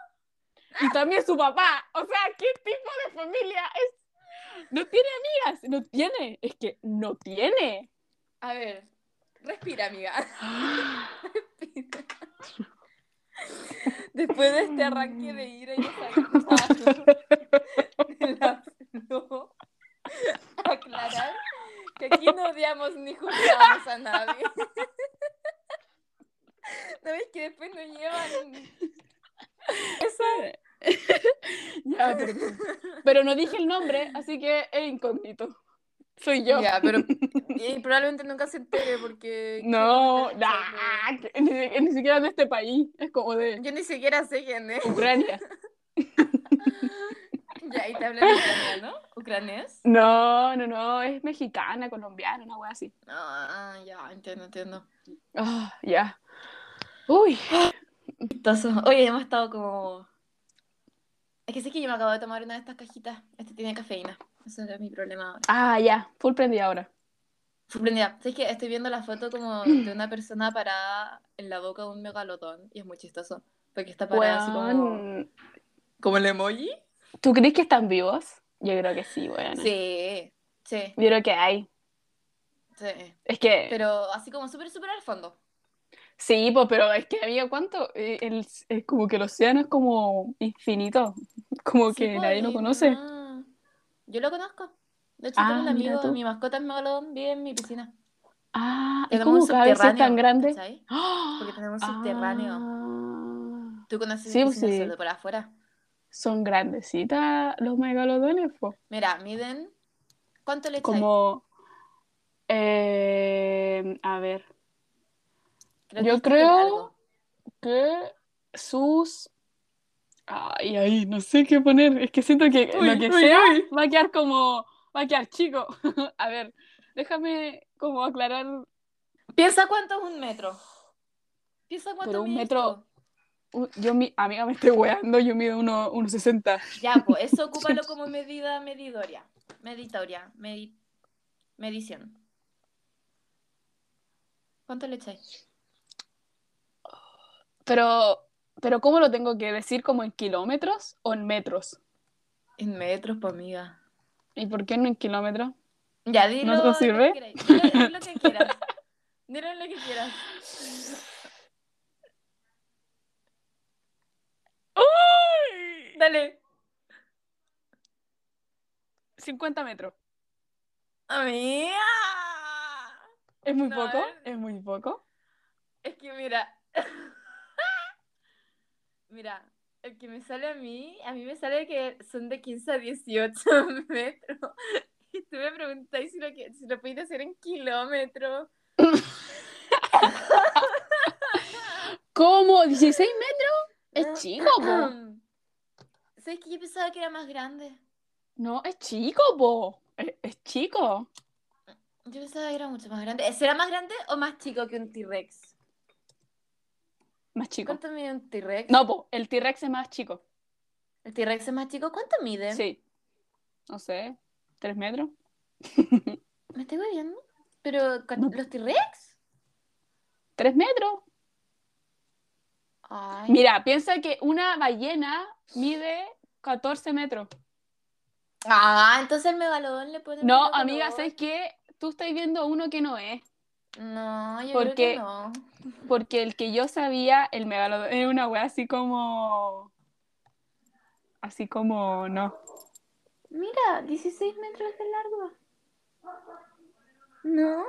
Speaker 1: Y también su papá. O sea, ¿qué tipo de familia es? No tiene amigas. No tiene. Es que no
Speaker 2: <gasps>
Speaker 1: tiene.
Speaker 2: A ver, respira, amiga. <laughs> Después de este arranque de ira
Speaker 1: <laughs>
Speaker 2: y desagrado de la flor, <laughs> aclarar que aquí no odiamos ni juzgamos a nadie. <laughs> ¿No ves que después nos llevan? <laughs>
Speaker 1: <laughs> Ya, perdón. Ah, Pero pues, no dije el nombre, así que es incógnito. Soy yo.
Speaker 2: Ya,
Speaker 1: <laughs>
Speaker 2: pero y probablemente nunca se entere porque
Speaker 1: No,
Speaker 2: Yo
Speaker 1: nah, que- ni, si- ni siquiera de este país, es como de
Speaker 2: yo ni siquiera sé quién es.
Speaker 1: Ucrania.
Speaker 2: Ya, y te hablan ucraniano, ucranés.
Speaker 1: No, no, no, es mexicana, colombiana, una wea así.
Speaker 2: Ah, ya, entiendo, entiendo.
Speaker 1: Ah, ya. Uy,
Speaker 2: Entonces, oye, hemos estado como. Es que sé que yo me acabo de tomar una de estas cajitas. Este tiene cafeína. Eso era mi problema ahora.
Speaker 1: ah, ya, full prendida ahora.
Speaker 2: Sorprendida. Sé que estoy viendo la foto como de una persona parada en la boca de un megalotón. Y es muy chistoso. Porque está parada así como.
Speaker 1: Weón,
Speaker 2: ¿Como el emoji?
Speaker 1: ¿Tú crees que están vivos? Yo creo que sí, weón.
Speaker 2: Sí, sí,
Speaker 1: Yo creo que hay.
Speaker 2: sí.
Speaker 1: Es que,
Speaker 2: Pero así como súper, súper al fondo.
Speaker 1: sí, pues, pero es que, amigo, ¿cuánto? Eh, el- es como que el océano es como infinito, como
Speaker 2: Sí,
Speaker 1: que
Speaker 2: po,
Speaker 1: nadie
Speaker 2: y
Speaker 1: lo conoce.
Speaker 2: no. Yo lo conozco. De hecho,
Speaker 1: Ah,
Speaker 2: tengo un
Speaker 1: mira
Speaker 2: amigo,
Speaker 1: tú.
Speaker 2: mi mascota es megalodón, vive en mi piscina.
Speaker 1: Ah, es
Speaker 2: Tenemos
Speaker 1: como
Speaker 2: un
Speaker 1: cada vez es tan
Speaker 2: subterráneo,
Speaker 1: grande.
Speaker 2: ¿cachai?
Speaker 1: ¡Ah! <gasps>
Speaker 2: Porque tenemos un subterráneo.
Speaker 1: Ah,
Speaker 2: ¿Tú conoces
Speaker 1: Sí,
Speaker 2: mi
Speaker 1: pues
Speaker 2: piscina
Speaker 1: sí.
Speaker 2: solo por afuera?
Speaker 1: son grandecitas los megalodones, po.
Speaker 2: Mira, miden. ¿Cuánto le echáis?
Speaker 1: Como. eh, a ver,
Speaker 2: Creo que
Speaker 1: yo
Speaker 2: este
Speaker 1: creo-
Speaker 2: tiene algo.
Speaker 1: que sus. Ay, ay, no sé qué poner. Es que siento que
Speaker 2: Uy,
Speaker 1: lo que
Speaker 2: uy,
Speaker 1: sea
Speaker 2: uy.
Speaker 1: va a quedar como. Va a quedar chico. <laughs> a ver, déjame como aclarar.
Speaker 2: Piensa cuánto es un metro. Piensa cuánto
Speaker 1: Pero un
Speaker 2: mide
Speaker 1: metro-
Speaker 2: esto.
Speaker 1: Uy, Uh, Yo, mi amiga, me estoy weando. Yo mido uno- 1,60.
Speaker 2: Ya, pues,
Speaker 1: <laughs>
Speaker 2: eso ocúpalo como medida medidoria. Meditoria. Medi... Medición. ¿Cuánto le echáis?
Speaker 1: Pero, pero ¿cómo lo tengo que decir? ¿Como en kilómetros o en metros?
Speaker 2: En metros, pues, amiga.
Speaker 1: ¿Y por qué no en kilómetros?
Speaker 2: Ya, dilo.
Speaker 1: ¿No
Speaker 2: lo que
Speaker 1: sirve?
Speaker 2: queráis. Dilo, dilo lo
Speaker 1: <laughs>
Speaker 2: que quieras. Dilo lo que quieras. Dale.
Speaker 1: 50 metros.
Speaker 2: Amiga.
Speaker 1: ¿Es muy
Speaker 2: No,
Speaker 1: poco?
Speaker 2: a ver.
Speaker 1: ¿Es muy poco?
Speaker 2: Es que mira. <laughs> mira, el que me sale a mí, a mí me sale que son de 15 a 18 <laughs> metros. Y tú me preguntáis si lo, que, si lo podéis hacer en kilómetros.
Speaker 1: ¿Cómo? ¿16 metros? Es chico, po.
Speaker 2: Ah, <clears throat> ¿Sabes que yo pensaba que era más grande?
Speaker 1: No, es chico, po. Es, es chico.
Speaker 2: Yo pensaba que era mucho más grande. Eh, ¿Será más grande o más chico que un T-Rex?
Speaker 1: Más chico.
Speaker 2: ¿Cuánto mide un T-Rex?
Speaker 1: No, po. El T-Rex es más chico.
Speaker 2: ¿El T-Rex es más chico? ¿Cuánto mide?
Speaker 1: Sí. No sé. ¿3 metros?
Speaker 2: ¿Me estoy hueviando? ¿Pero ¿cu-
Speaker 1: No.
Speaker 2: los T-Rex?
Speaker 1: ¿3 metros?
Speaker 2: Ay.
Speaker 1: Mira, piensa que una ballena mide 14 metros.
Speaker 2: Ah, entonces el megalodón le pone.
Speaker 1: No,
Speaker 2: megalodón.
Speaker 1: amiga, ¿sabes qué? Tú estás viendo uno que no es.
Speaker 2: No, yo
Speaker 1: Porque-
Speaker 2: creo que no.
Speaker 1: Porque el que yo sabía, el megalodón, era una wea así como. Así como, no.
Speaker 2: Mira, 16 metros de largo. No,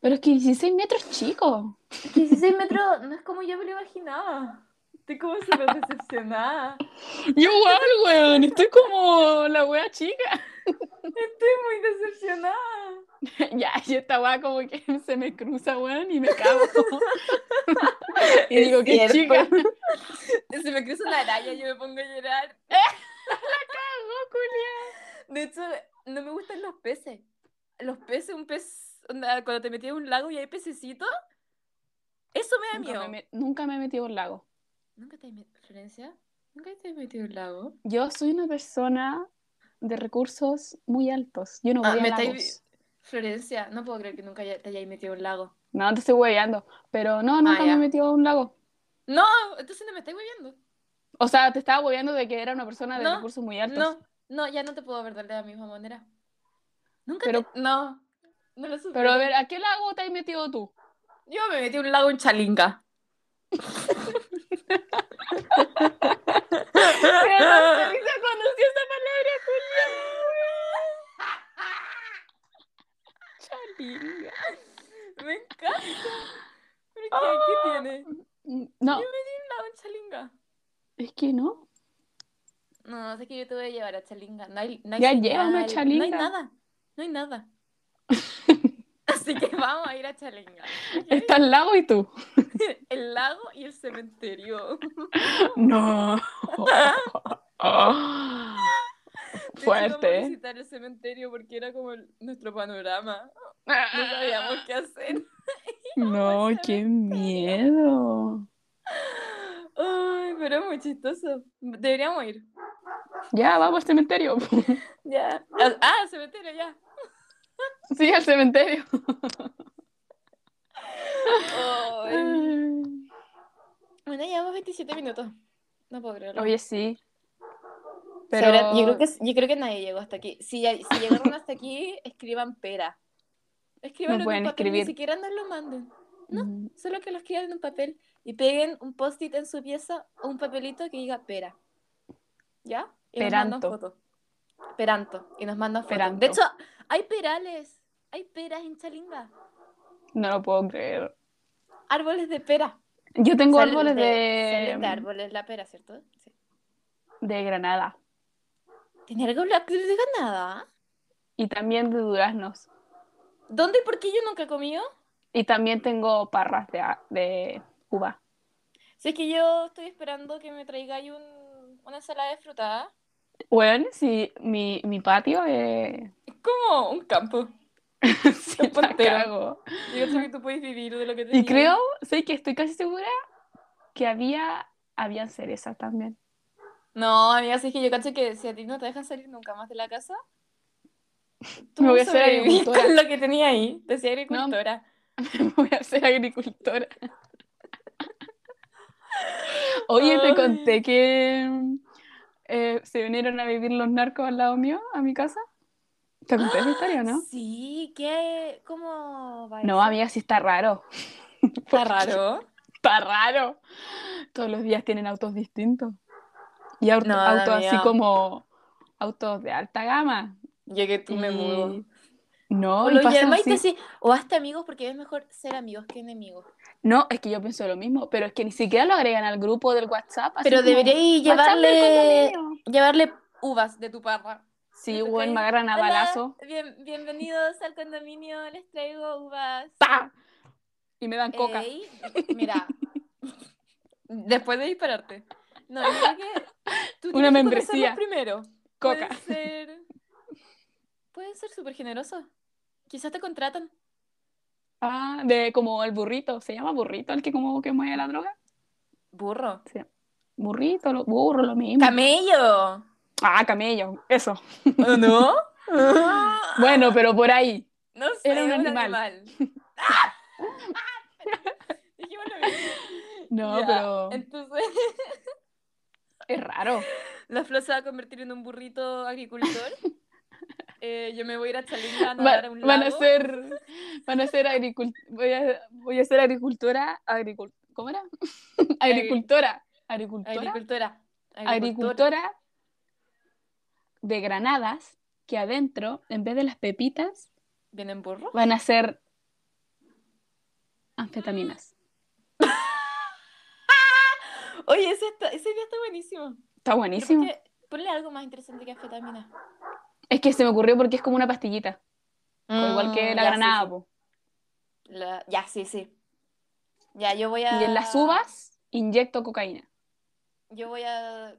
Speaker 1: Pero es que 16 metros chico.
Speaker 2: 16 metros no es como yo me lo imaginaba. Estoy como súper decepcionada.
Speaker 1: Yo igual, weón. Estoy como la wea chica. <laughs>
Speaker 2: Estoy muy decepcionada.
Speaker 1: ya, y esta wea como que <laughs> se me cruza, weón, y me <laughs> cago. y digo,
Speaker 2: Es
Speaker 1: qué
Speaker 2: cierto.
Speaker 1: chica. <laughs>
Speaker 2: Se me cruza una araña y yo me pongo a llorar. De hecho, no me gustan los peces. Los peces, un pez, onda, cuando te metías en un lago y hay pececitos, eso me da
Speaker 1: Nunca
Speaker 2: miedo.
Speaker 1: me, met- nunca me he metido en lago.
Speaker 2: ¿Nunca te has metido, Florencia? ¿Nunca te has metido en un lago?
Speaker 1: Yo soy una persona de recursos muy altos. Yo no voy
Speaker 2: Ah,
Speaker 1: a
Speaker 2: me
Speaker 1: lagos.
Speaker 2: estáis- Florencia, no puedo creer que nunca haya- te hayáis metido en un lago.
Speaker 1: No, te estoy hueveando. Pero no, nunca me
Speaker 2: ya.
Speaker 1: he metido a un lago.
Speaker 2: No, entonces no me estáis viendo.
Speaker 1: O sea, te estaba hueveando de que era una persona de
Speaker 2: No,
Speaker 1: recursos muy altos.
Speaker 2: No, no, ya no te puedo ver de la misma manera. Nunca
Speaker 1: Pero-
Speaker 2: te- No, no lo supe.
Speaker 1: Pero a ver, ¿a qué lago te has metido
Speaker 2: <laughs>
Speaker 1: tú?
Speaker 2: Yo me metí en un lago en <laughs> Chalinga.
Speaker 1: conocí esa palabra, Julia.
Speaker 2: <laughs> Me encanta. ¿Pero qué, qué tiene?
Speaker 1: No,
Speaker 2: Un lado en Chalinga.
Speaker 1: es que no.
Speaker 2: No, sé que yo te voy a llevar a Chalinga. No hay, no hay
Speaker 1: Ya llévame a
Speaker 2: señal, No hay
Speaker 1: Chalinga.
Speaker 2: nada. No hay
Speaker 1: <laughs>
Speaker 2: nada. Así que vamos a ir
Speaker 1: <laughs>
Speaker 2: a Chalinga. ¿ok?
Speaker 1: Está el lago y
Speaker 2: <laughs>
Speaker 1: tú.
Speaker 2: El lago y el cementerio. <laughs>
Speaker 1: No.
Speaker 2: De hecho, Vamos a
Speaker 1: Fuerte. ¿eh?
Speaker 2: visitar el cementerio porque era como el- nuestro panorama. No
Speaker 1: ¿eh?
Speaker 2: sabíamos qué hacer.
Speaker 1: No,
Speaker 2: al
Speaker 1: qué miedo.
Speaker 2: Ay, pero es muy chistoso. Deberíamos ir.
Speaker 1: Ya, vamos al cementerio. <laughs>
Speaker 2: Ya. Ah, Ah, al cementerio, ya.
Speaker 1: Sí, al cementerio. Ah.
Speaker 2: Ay. Bueno, llevamos 27 minutos. No puedo creerlo.
Speaker 1: Oye, sí.
Speaker 2: Pero...
Speaker 1: Pero
Speaker 2: yo, creo que, yo creo que nadie llegó hasta aquí. Si, ya- si llegaron hasta aquí, <laughs> escriban pera. Escriban
Speaker 1: Nos pueden
Speaker 2: Ni
Speaker 1: escribir.
Speaker 2: siquiera nos lo manden. no.
Speaker 1: Mm,
Speaker 2: Solo que lo escriban en un papel y peguen un post-it en su pieza o un papelito que diga pera. ¿Ya? Y nos
Speaker 1: Peranto.
Speaker 2: mandan fotos. Peranto. Y nos mandan fotos.
Speaker 1: Peranto.
Speaker 2: De hecho, hay perales. Hay peras en Chalinga.
Speaker 1: No lo puedo creer.
Speaker 2: Árboles de pera.
Speaker 1: Yo tengo
Speaker 2: Salen
Speaker 1: árboles
Speaker 2: salen de
Speaker 1: de, mm.
Speaker 2: árboles la pera, ¿cierto? Sí.
Speaker 1: de granada
Speaker 2: ¿Tiene algo la cruz de ganada?
Speaker 1: y también de duraznos.
Speaker 2: ¿Dónde y por qué yo nunca he comido?
Speaker 1: Y también tengo parras de, a- de uva.
Speaker 2: Si es que yo estoy esperando que me traigáis un, una ensalada de fruta.
Speaker 1: Bueno, sí, mi, mi patio eh, es...
Speaker 2: Es como un campo.
Speaker 1: <laughs> sí,
Speaker 2: Es pantera.
Speaker 1: la cago.
Speaker 2: Yo creo que tú puedes vivir de lo que te
Speaker 1: Y creo, sé que estoy casi segura que había habían cerezas también.
Speaker 2: No, amiga, si es que yo cacho que si a ti no te dejan salir nunca más de la casa, tú
Speaker 1: Me voy a hacer
Speaker 2: sobrevivís
Speaker 1: agricultora.
Speaker 2: con lo que tenía ahí. Te hacía agricultora.
Speaker 1: <laughs> Voy a ser agricultora. Oye,
Speaker 2: Ay.
Speaker 1: te conté que eh, se vinieron a vivir los narcos al lado mío, a mi casa. ¿Te conté esa historia, no?
Speaker 2: Sí, ¿qué? ¿Cómo va
Speaker 1: No,
Speaker 2: eso?
Speaker 1: amiga, sí está raro.
Speaker 2: Está raro.
Speaker 1: <laughs> Está raro. Todos los días tienen autos distintos. Y auto-
Speaker 2: No,
Speaker 1: autos así
Speaker 2: amiga.
Speaker 1: como autos de alta gama.
Speaker 2: Ya que tú me
Speaker 1: Y-
Speaker 2: mudo.
Speaker 1: No,
Speaker 2: O
Speaker 1: Oh, y
Speaker 2: lo
Speaker 1: pasan
Speaker 2: llamáis
Speaker 1: así-
Speaker 2: así, o hasta amigos, porque es mejor ser amigos que enemigos.
Speaker 1: No, es que yo pienso lo mismo, pero es que ni siquiera lo agregan al grupo del WhatsApp. así
Speaker 2: Pero
Speaker 1: como,
Speaker 2: deberéis
Speaker 1: "WhatsApp del
Speaker 2: llevarle,
Speaker 1: condominio".
Speaker 2: llevarle uvas de tu parra.
Speaker 1: Sí,
Speaker 2: Te toca
Speaker 1: weón, me
Speaker 2: ahí,
Speaker 1: agarran a
Speaker 2: "Hola,
Speaker 1: balazo.
Speaker 2: bien- bienvenidos al condominio, les traigo uvas.
Speaker 1: ¡Pa! Y me dan coca.
Speaker 2: Ey, pues
Speaker 1: <laughs>
Speaker 2: mira, después de dispararte. No, yo creo que tú
Speaker 1: Una
Speaker 2: tienes que
Speaker 1: membresía.
Speaker 2: conocerlos primero.
Speaker 1: Coca.
Speaker 2: Pueden ser, pueden ser súper generosos. Quizás te contratan.
Speaker 1: Ah, de como el burrito. ¿Se llama burrito el que como que mueve la droga?
Speaker 2: Burro.
Speaker 1: Burrito, lo, burro, lo mismo.
Speaker 2: Camello.
Speaker 1: ah, camello. Eso.
Speaker 2: ¿O no? Ah.
Speaker 1: Bueno, pero por ahí.
Speaker 2: <laughs> no sé,
Speaker 1: era un animal. <laughs>
Speaker 2: <laughs> ¡Ah! Dijimos lo mismo.
Speaker 1: No,
Speaker 2: Ya,
Speaker 1: pero
Speaker 2: Entonces,
Speaker 1: es raro. <laughs>
Speaker 2: la flor se va a convertir en un burrito agricultor. eh, yo me voy a ir a Chalinda
Speaker 1: Va-
Speaker 2: a nadar a un
Speaker 1: van a
Speaker 2: lago.
Speaker 1: ser, van a ser agricultura, voy a, voy a ser agricultora, agricul- ¿cómo era? agricultora, agricultora,
Speaker 2: Agricultora.
Speaker 1: agricultora de granadas que adentro, en vez de las pepitas,
Speaker 2: ¿Vienen burro?
Speaker 1: van a ser anfetaminas.
Speaker 2: Oye, ese, está- ese día está buenísimo.
Speaker 1: Está
Speaker 2: Pero
Speaker 1: buenísimo.
Speaker 2: ¿por qué- Ponle algo más interesante que afetamina.
Speaker 1: Es que se me ocurrió porque es como una pastillita, igual que la
Speaker 2: Ah, Mm, ya,
Speaker 1: granada.
Speaker 2: sí,
Speaker 1: po.
Speaker 2: sí. La- Ya, sí, sí. Ya, yo voy a.
Speaker 1: Y en las uvas inyecto cocaína.
Speaker 2: Yo voy a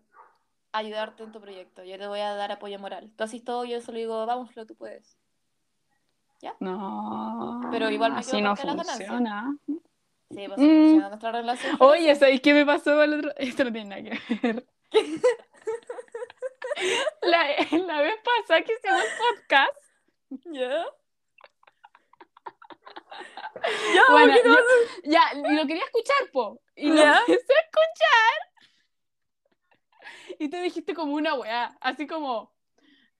Speaker 2: ayudarte en tu proyecto. Yo te voy a dar apoyo moral. Tú haces todo, yo solo digo, vamos, Flo, tú puedes.
Speaker 1: No,
Speaker 2: Pero igual me
Speaker 1: así no
Speaker 2: quedo con las ganancias.
Speaker 1: funciona.
Speaker 2: Sí, pues
Speaker 1: Mm.
Speaker 2: funciona nuestra relación.
Speaker 1: Oye, ¿sabéis qué me pasó el otro? <laughs> Esto no tiene nada que
Speaker 2: <laughs>
Speaker 1: ver. La, la vez pasada que hicimos el podcast,
Speaker 2: <laughs> ¿Ya?
Speaker 1: bueno, yo- ya, y lo quería escuchar, po. Y lo
Speaker 2: ¿Ya?
Speaker 1: empecé a escuchar. Y te dijiste como una weá, así como,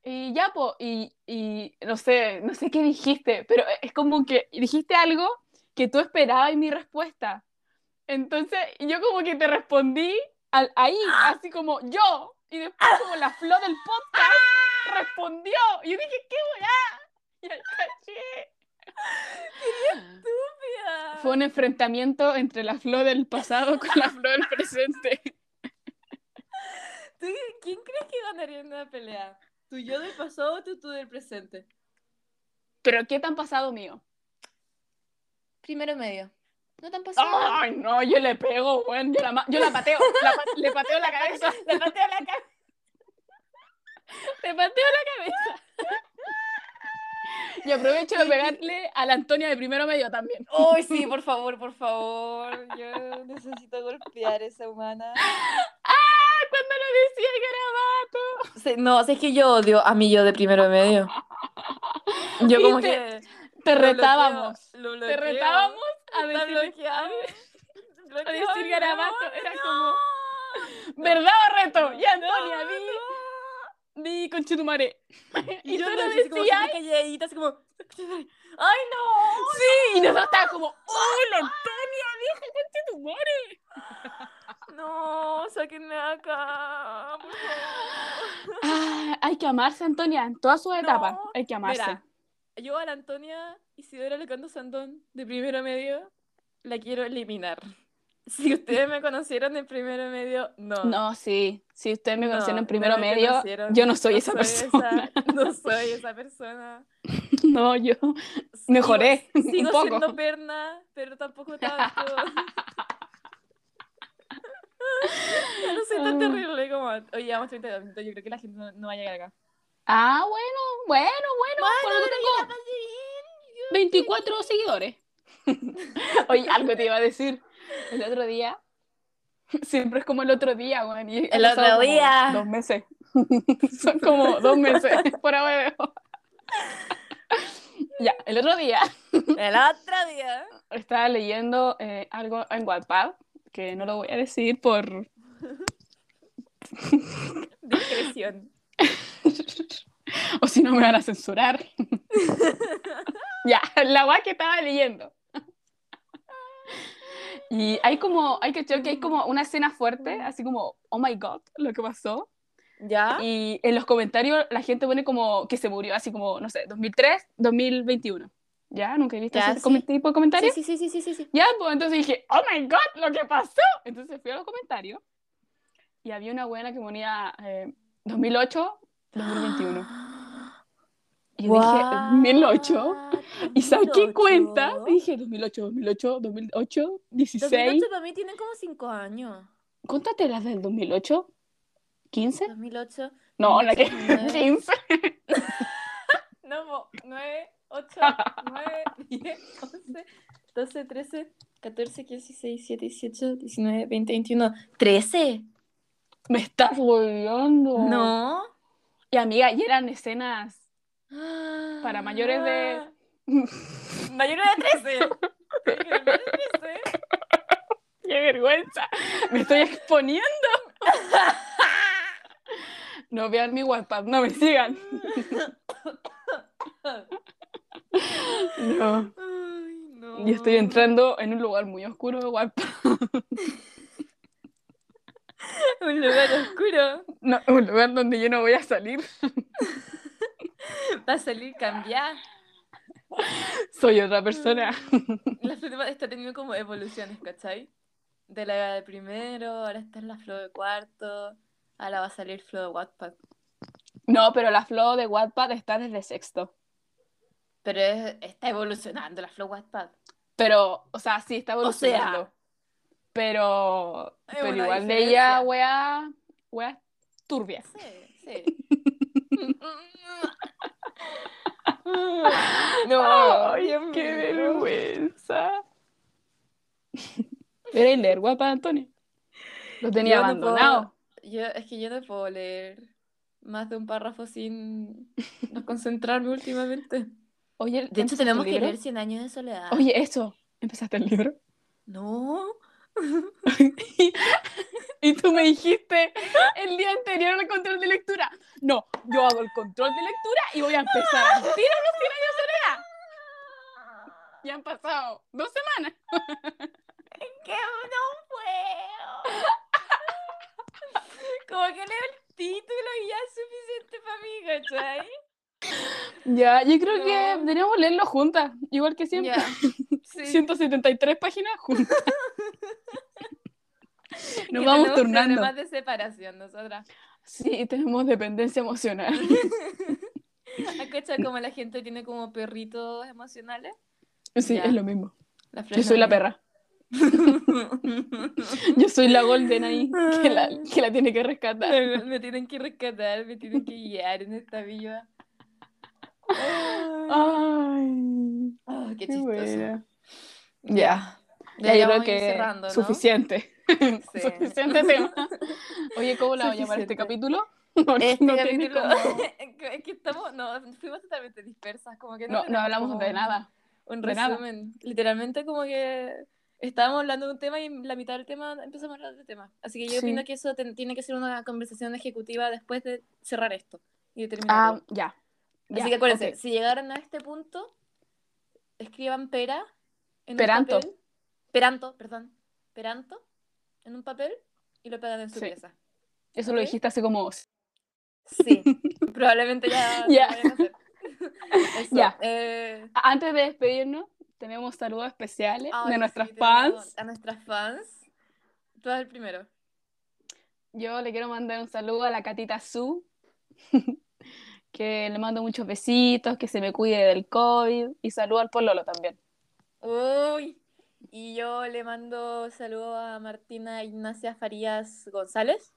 Speaker 1: y ya, po, y, y no sé, no sé qué dijiste, pero e, es como que dijiste algo que tú esperabas en mi respuesta. Entonces, yo como que te respondí al- ahí, así como yo, y después como la flor del podcast respondió. Y yo dije, ¿qué weá? Y ahí caché. Fue un enfrentamiento entre la flor del pasado con la flor del presente.
Speaker 2: ¿Tú- ¿Quién crees que ganaría en una pelea? ¿Tú yo del pasado o tú, tú del presente?
Speaker 1: Pero ¿qué tan pasado mío?
Speaker 2: Primero medio. No tan pasado. <laughs>
Speaker 1: Ay, no, yo le pego, weón. Yo la, ma- yo la pateo. la pa- le pateo la cabeza.
Speaker 2: Le pateo la cara.
Speaker 1: Le pateo la cabeza. Y aprovecho de pegarle a la Antonia de primero medio también.
Speaker 2: <laughs> Ay, sí, por favor, por favor. Yo necesito golpear a esa humana.
Speaker 1: Ah, Cuando lo decía el garabato.
Speaker 2: Sí, no, o sea, es que yo odio a mi yo de primero de medio. Yo como
Speaker 1: Viste,
Speaker 2: que
Speaker 1: Te
Speaker 2: lo bloqueo,
Speaker 1: retábamos.
Speaker 2: lo
Speaker 1: Te
Speaker 2: bloqueo,
Speaker 1: retábamos a decir,
Speaker 2: está
Speaker 1: a
Speaker 2: <laughs> bloqueado.
Speaker 1: a
Speaker 2: Bloqueado,
Speaker 1: decir garabato. Era como,
Speaker 2: no.
Speaker 1: ¿verdad o reto? Y Antonia,
Speaker 2: No,
Speaker 1: di,
Speaker 2: no.
Speaker 1: di
Speaker 2: <laughs>
Speaker 1: conchetumare. Y, tú lo
Speaker 2: así como
Speaker 1: decías.
Speaker 2: súper calladita, así como, ¡ay no!
Speaker 1: Sí, y nosotros estábamos como, ¡oh, la Antonia, vieja, conchetumare!
Speaker 2: No, sáquenme de acá, por favor.
Speaker 1: Ah, hay que amarse, Antonia, en todas sus etapas.
Speaker 2: No,
Speaker 1: Hay que amarse.
Speaker 2: Mira, yo a la Antonia Isidora Lecando Sandón de primero medio la quiero eliminar. Si ustedes me conocieron en primero medio, no.
Speaker 1: No, sí. Si ustedes me
Speaker 2: No,
Speaker 1: conocieron en
Speaker 2: no
Speaker 1: primero
Speaker 2: me
Speaker 1: medio,
Speaker 2: conocieron.
Speaker 1: yo no soy
Speaker 2: No
Speaker 1: esa
Speaker 2: soy esa-
Speaker 1: persona. <laughs>
Speaker 2: no soy esa persona.
Speaker 1: No, yo. Mejoré <laughs>
Speaker 2: Sigo, sigo
Speaker 1: un poco.
Speaker 2: siendo perna, pero
Speaker 1: <laughs>
Speaker 2: tampoco tanto. ya no soy tan
Speaker 1: Ah.
Speaker 2: terrible como. Oye, llevamos 32 minutos. Yo creo que la gente no, no va a llegar acá.
Speaker 1: Ah, bueno, bueno, bueno. por lo que tengo 24 seguidores. <laughs> Oye, algo te iba a decir. El otro día. Siempre es como el otro día, güey. y ha
Speaker 2: El
Speaker 1: pasado
Speaker 2: otro
Speaker 1: como
Speaker 2: día.
Speaker 1: Dos meses. <laughs> Son como dos meses. <laughs> Por ahora veo. Ya, el otro día.
Speaker 2: El otro día.
Speaker 1: estaba leyendo eh, algo en Wattpad, que no lo voy a decir por...
Speaker 2: Discreción.
Speaker 1: o si no me van a
Speaker 2: <laughs>
Speaker 1: censurar. ya, la guay que estaba leyendo. Y hay como, hay que que hay como una escena fuerte, así como, oh my god, lo que pasó.
Speaker 2: ¿Ya?
Speaker 1: Y en los comentarios la gente pone como que se murió, así como, no sé, 2003, 2021. ¿Ya? ¿Nunca he visto
Speaker 2: Ya,
Speaker 1: ese
Speaker 2: sí.
Speaker 1: comen- tipo de comentarios?
Speaker 2: Sí, sí, sí, sí, sí, sí.
Speaker 1: Ya, pues entonces dije, oh my god, lo que pasó. Entonces fui a los comentarios y había una buena que ponía eh, 2008,
Speaker 2: <gasps>
Speaker 1: 2021. Y yo dije, 2008. Y saqué cuenta, y dije 2008, 2008, 2008, 16.
Speaker 2: 2008 para mí tienen como 5 años.
Speaker 1: Cuéntate las del 2008, 15.
Speaker 2: 2008.
Speaker 1: No, la que <laughs>
Speaker 2: 2009.
Speaker 1: 15.
Speaker 2: No, 9, 8, 9, 10, 11, 12, 13, 14, 15, 16, 17, 18, 19, 20, 21. ¿13?
Speaker 1: Me estás volviendo.
Speaker 2: No.
Speaker 1: Y amiga, y eran escenas Para mayores de-
Speaker 2: Mayores Ah. de 13. Mayores de 13.
Speaker 1: ¡Qué vergüenza! Me estoy exponiendo. <laughs> No vean mi WhatsApp, no me sigan. No.
Speaker 2: Ay, no.
Speaker 1: Yo estoy entrando en un lugar muy oscuro, igual.
Speaker 2: Un lugar oscuro.
Speaker 1: No, un lugar donde yo no voy a salir.
Speaker 2: Va a salir cambiada.
Speaker 1: Soy otra persona.
Speaker 2: Mm. <laughs> La flor de Bach está teniendo como evoluciones, ¿cachai? De la de primero, ahora está en la flor de cuarto, ahora va a salir flor de Wattpad.
Speaker 1: No, pero la flow de Wattpad está desde sexto.
Speaker 2: Pero es- está evolucionando la flor de Wattpad.
Speaker 1: Pero, o sea, sí, está
Speaker 2: O sea,
Speaker 1: evolucionando. pero
Speaker 2: es
Speaker 1: pero
Speaker 2: una
Speaker 1: igual de
Speaker 2: diferencia.
Speaker 1: ella, wea, wea turbia.
Speaker 2: Sí, <laughs> sí. no, Dios mío.
Speaker 1: vergüenza! Era el leer guapa Antonio. Lo tenía
Speaker 2: Yo no
Speaker 1: abandonado.
Speaker 2: Yo, es que yo no puedo leer más de un párrafo sin no concentrarme últimamente.
Speaker 1: Oye,
Speaker 2: De hecho,
Speaker 1: ¿empezaste
Speaker 2: tenemos
Speaker 1: el
Speaker 2: que
Speaker 1: libro?
Speaker 2: leer 100 años de soledad.
Speaker 1: Oye, eso. ¿Empezaste el libro?
Speaker 2: No.
Speaker 1: Y tú me dijiste el día anterior al control de lectura. No, yo hago el control de lectura y voy a empezar.
Speaker 2: <laughs>
Speaker 1: al tiro los 100 años de soledad. Ya han pasado dos semanas.
Speaker 2: que no puedo. Como que leo el título y ya es suficiente para mí, ¿cachai?
Speaker 1: Ya, yo creo que
Speaker 2: No.
Speaker 1: deberíamos leerlo juntas, igual que <laughs> siempre.
Speaker 2: Ya. Sí.
Speaker 1: 173 páginas
Speaker 2: <laughs>
Speaker 1: juntas.
Speaker 2: Que
Speaker 1: Nos vamos
Speaker 2: tenemos
Speaker 1: turnando.
Speaker 2: Problemas de separación nosotras.
Speaker 1: Sí, tenemos dependencia
Speaker 2: <laughs>
Speaker 1: emocional.
Speaker 2: ¿Has cachado como la gente tiene como perritos emocionales?
Speaker 1: Sí,
Speaker 2: Ya.
Speaker 1: es lo mismo.
Speaker 2: La
Speaker 1: Yo soy la perra.
Speaker 2: perra.
Speaker 1: Yo soy la golden ahí, que
Speaker 2: <laughs>
Speaker 1: la, que la tiene que rescatar.
Speaker 2: Me, me tienen que rescatar, me tienen que guiar en esta vida. Ah,
Speaker 1: Ay,
Speaker 2: ah, qué
Speaker 1: qué
Speaker 2: chistoso.
Speaker 1: buena. Ya. Ya, yo
Speaker 2: Ya,
Speaker 1: creo
Speaker 2: vamos a ir
Speaker 1: que
Speaker 2: cerrando, ¿no?
Speaker 1: suficiente.
Speaker 2: <laughs> Sí.
Speaker 1: Suficiente
Speaker 2: <laughs>
Speaker 1: tema. Oye, ¿cómo la voy a llamar
Speaker 2: Suficiente.
Speaker 1: este capítulo? <laughs> Porque
Speaker 2: Este
Speaker 1: no tiene
Speaker 2: <laughs> capítulo-
Speaker 1: <laughs> como-
Speaker 2: es que estamos, no, fuimos totalmente dispersas, como que
Speaker 1: No, no
Speaker 2: tenemos
Speaker 1: hablamos
Speaker 2: como
Speaker 1: de
Speaker 2: un-
Speaker 1: nada.
Speaker 2: Un
Speaker 1: de nada.
Speaker 2: resumen, literalmente como que estábamos hablando de un tema y en la mitad del tema empezamos a hablar de otro tema. Así que yo
Speaker 1: Sí.
Speaker 2: opino que eso ten- tiene que ser una conversación ejecutiva después de cerrar esto y de terminarlo.
Speaker 1: Ah, ya.
Speaker 2: Así
Speaker 1: Ya,
Speaker 2: que acuérdense,
Speaker 1: ok.
Speaker 2: si llegaron a este punto, escriban pera en
Speaker 1: Peranto.
Speaker 2: un papel. Peranto, perdón. Peranto en un papel y lo pegan en su
Speaker 1: Sí.
Speaker 2: pieza.
Speaker 1: Eso lo
Speaker 2: ¿ok?
Speaker 1: dijiste hace como <laughs>
Speaker 2: Sí, probablemente ya lo
Speaker 1: Ya.
Speaker 2: vayan
Speaker 1: <laughs>
Speaker 2: a hacer. Eso,
Speaker 1: Ya.
Speaker 2: eh,
Speaker 1: A- Antes de despedirnos, tenemos saludos especiales
Speaker 2: ay,
Speaker 1: de
Speaker 2: sí,
Speaker 1: nuestras
Speaker 2: tenemos
Speaker 1: fans.
Speaker 2: A nuestras fans. Tú eres el primero.
Speaker 1: Yo le quiero mandar un saludo a la Catita Su, <laughs> que le mando muchos besitos, que se me cuide del COVID y saludo al Pololo también.
Speaker 2: Uy. Y yo le mando saludo a Martina Ignacia Farías González,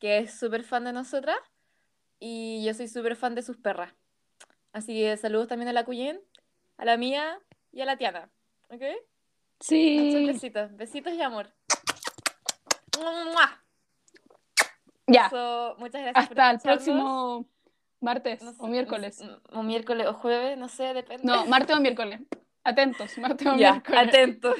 Speaker 2: que es súper fan de nosotras. Y yo soy súper fan de sus perras. Así que saludos también a la Cuyen, a la mía y a la Tiana. ¿Ok? Muchos
Speaker 1: Sí.
Speaker 2: besitos. Besitos y amor. ¡Mua!
Speaker 1: Ya,
Speaker 2: So, muchas gracias por
Speaker 1: hasta el
Speaker 2: escucharnos.
Speaker 1: próximo martes
Speaker 2: No sé,
Speaker 1: o miércoles.
Speaker 2: no sé, O miércoles o jueves, no sé, depende. <laughs>
Speaker 1: No, martes o miércoles. Atentos, martes o
Speaker 2: ya,
Speaker 1: miércoles. <laughs>
Speaker 2: atento.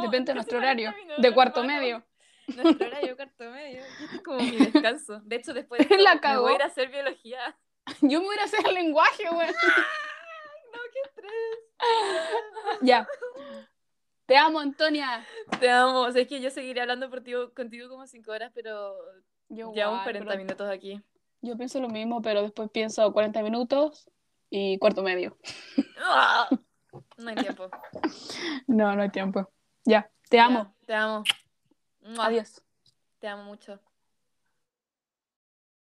Speaker 1: Depende de
Speaker 2: Casi este
Speaker 1: nuestro
Speaker 2: 40
Speaker 1: horario,
Speaker 2: minutos,
Speaker 1: de cuarto
Speaker 2: hermano.
Speaker 1: medio.
Speaker 2: Nuestro horario cuarto
Speaker 1: <laughs>
Speaker 2: medio. Este es como mi descanso. De hecho, después de
Speaker 1: La
Speaker 2: esto me
Speaker 1: cagó.
Speaker 2: voy a ir a hacer biología.
Speaker 1: Yo me voy a ir a hacer el lenguaje,
Speaker 2: <laughs>
Speaker 1: güey.
Speaker 2: Ah, No, qué estrés.
Speaker 1: Ya. Te amo, Antonia.
Speaker 2: Te amo. O sea, es que yo seguiré hablando por ti- contigo como cinco horas, pero
Speaker 1: Yo,
Speaker 2: llevamos
Speaker 1: igual,
Speaker 2: 40
Speaker 1: pero- <laughs>
Speaker 2: minutos aquí.
Speaker 1: Yo pienso lo mismo, pero después pienso 40 minutos y cuarto medio.
Speaker 2: ¡Ah! No hay tiempo.
Speaker 1: No, no hay tiempo. Ya, te amo.
Speaker 2: Ya, te amo. Mua.
Speaker 1: Adiós.
Speaker 2: Te amo mucho.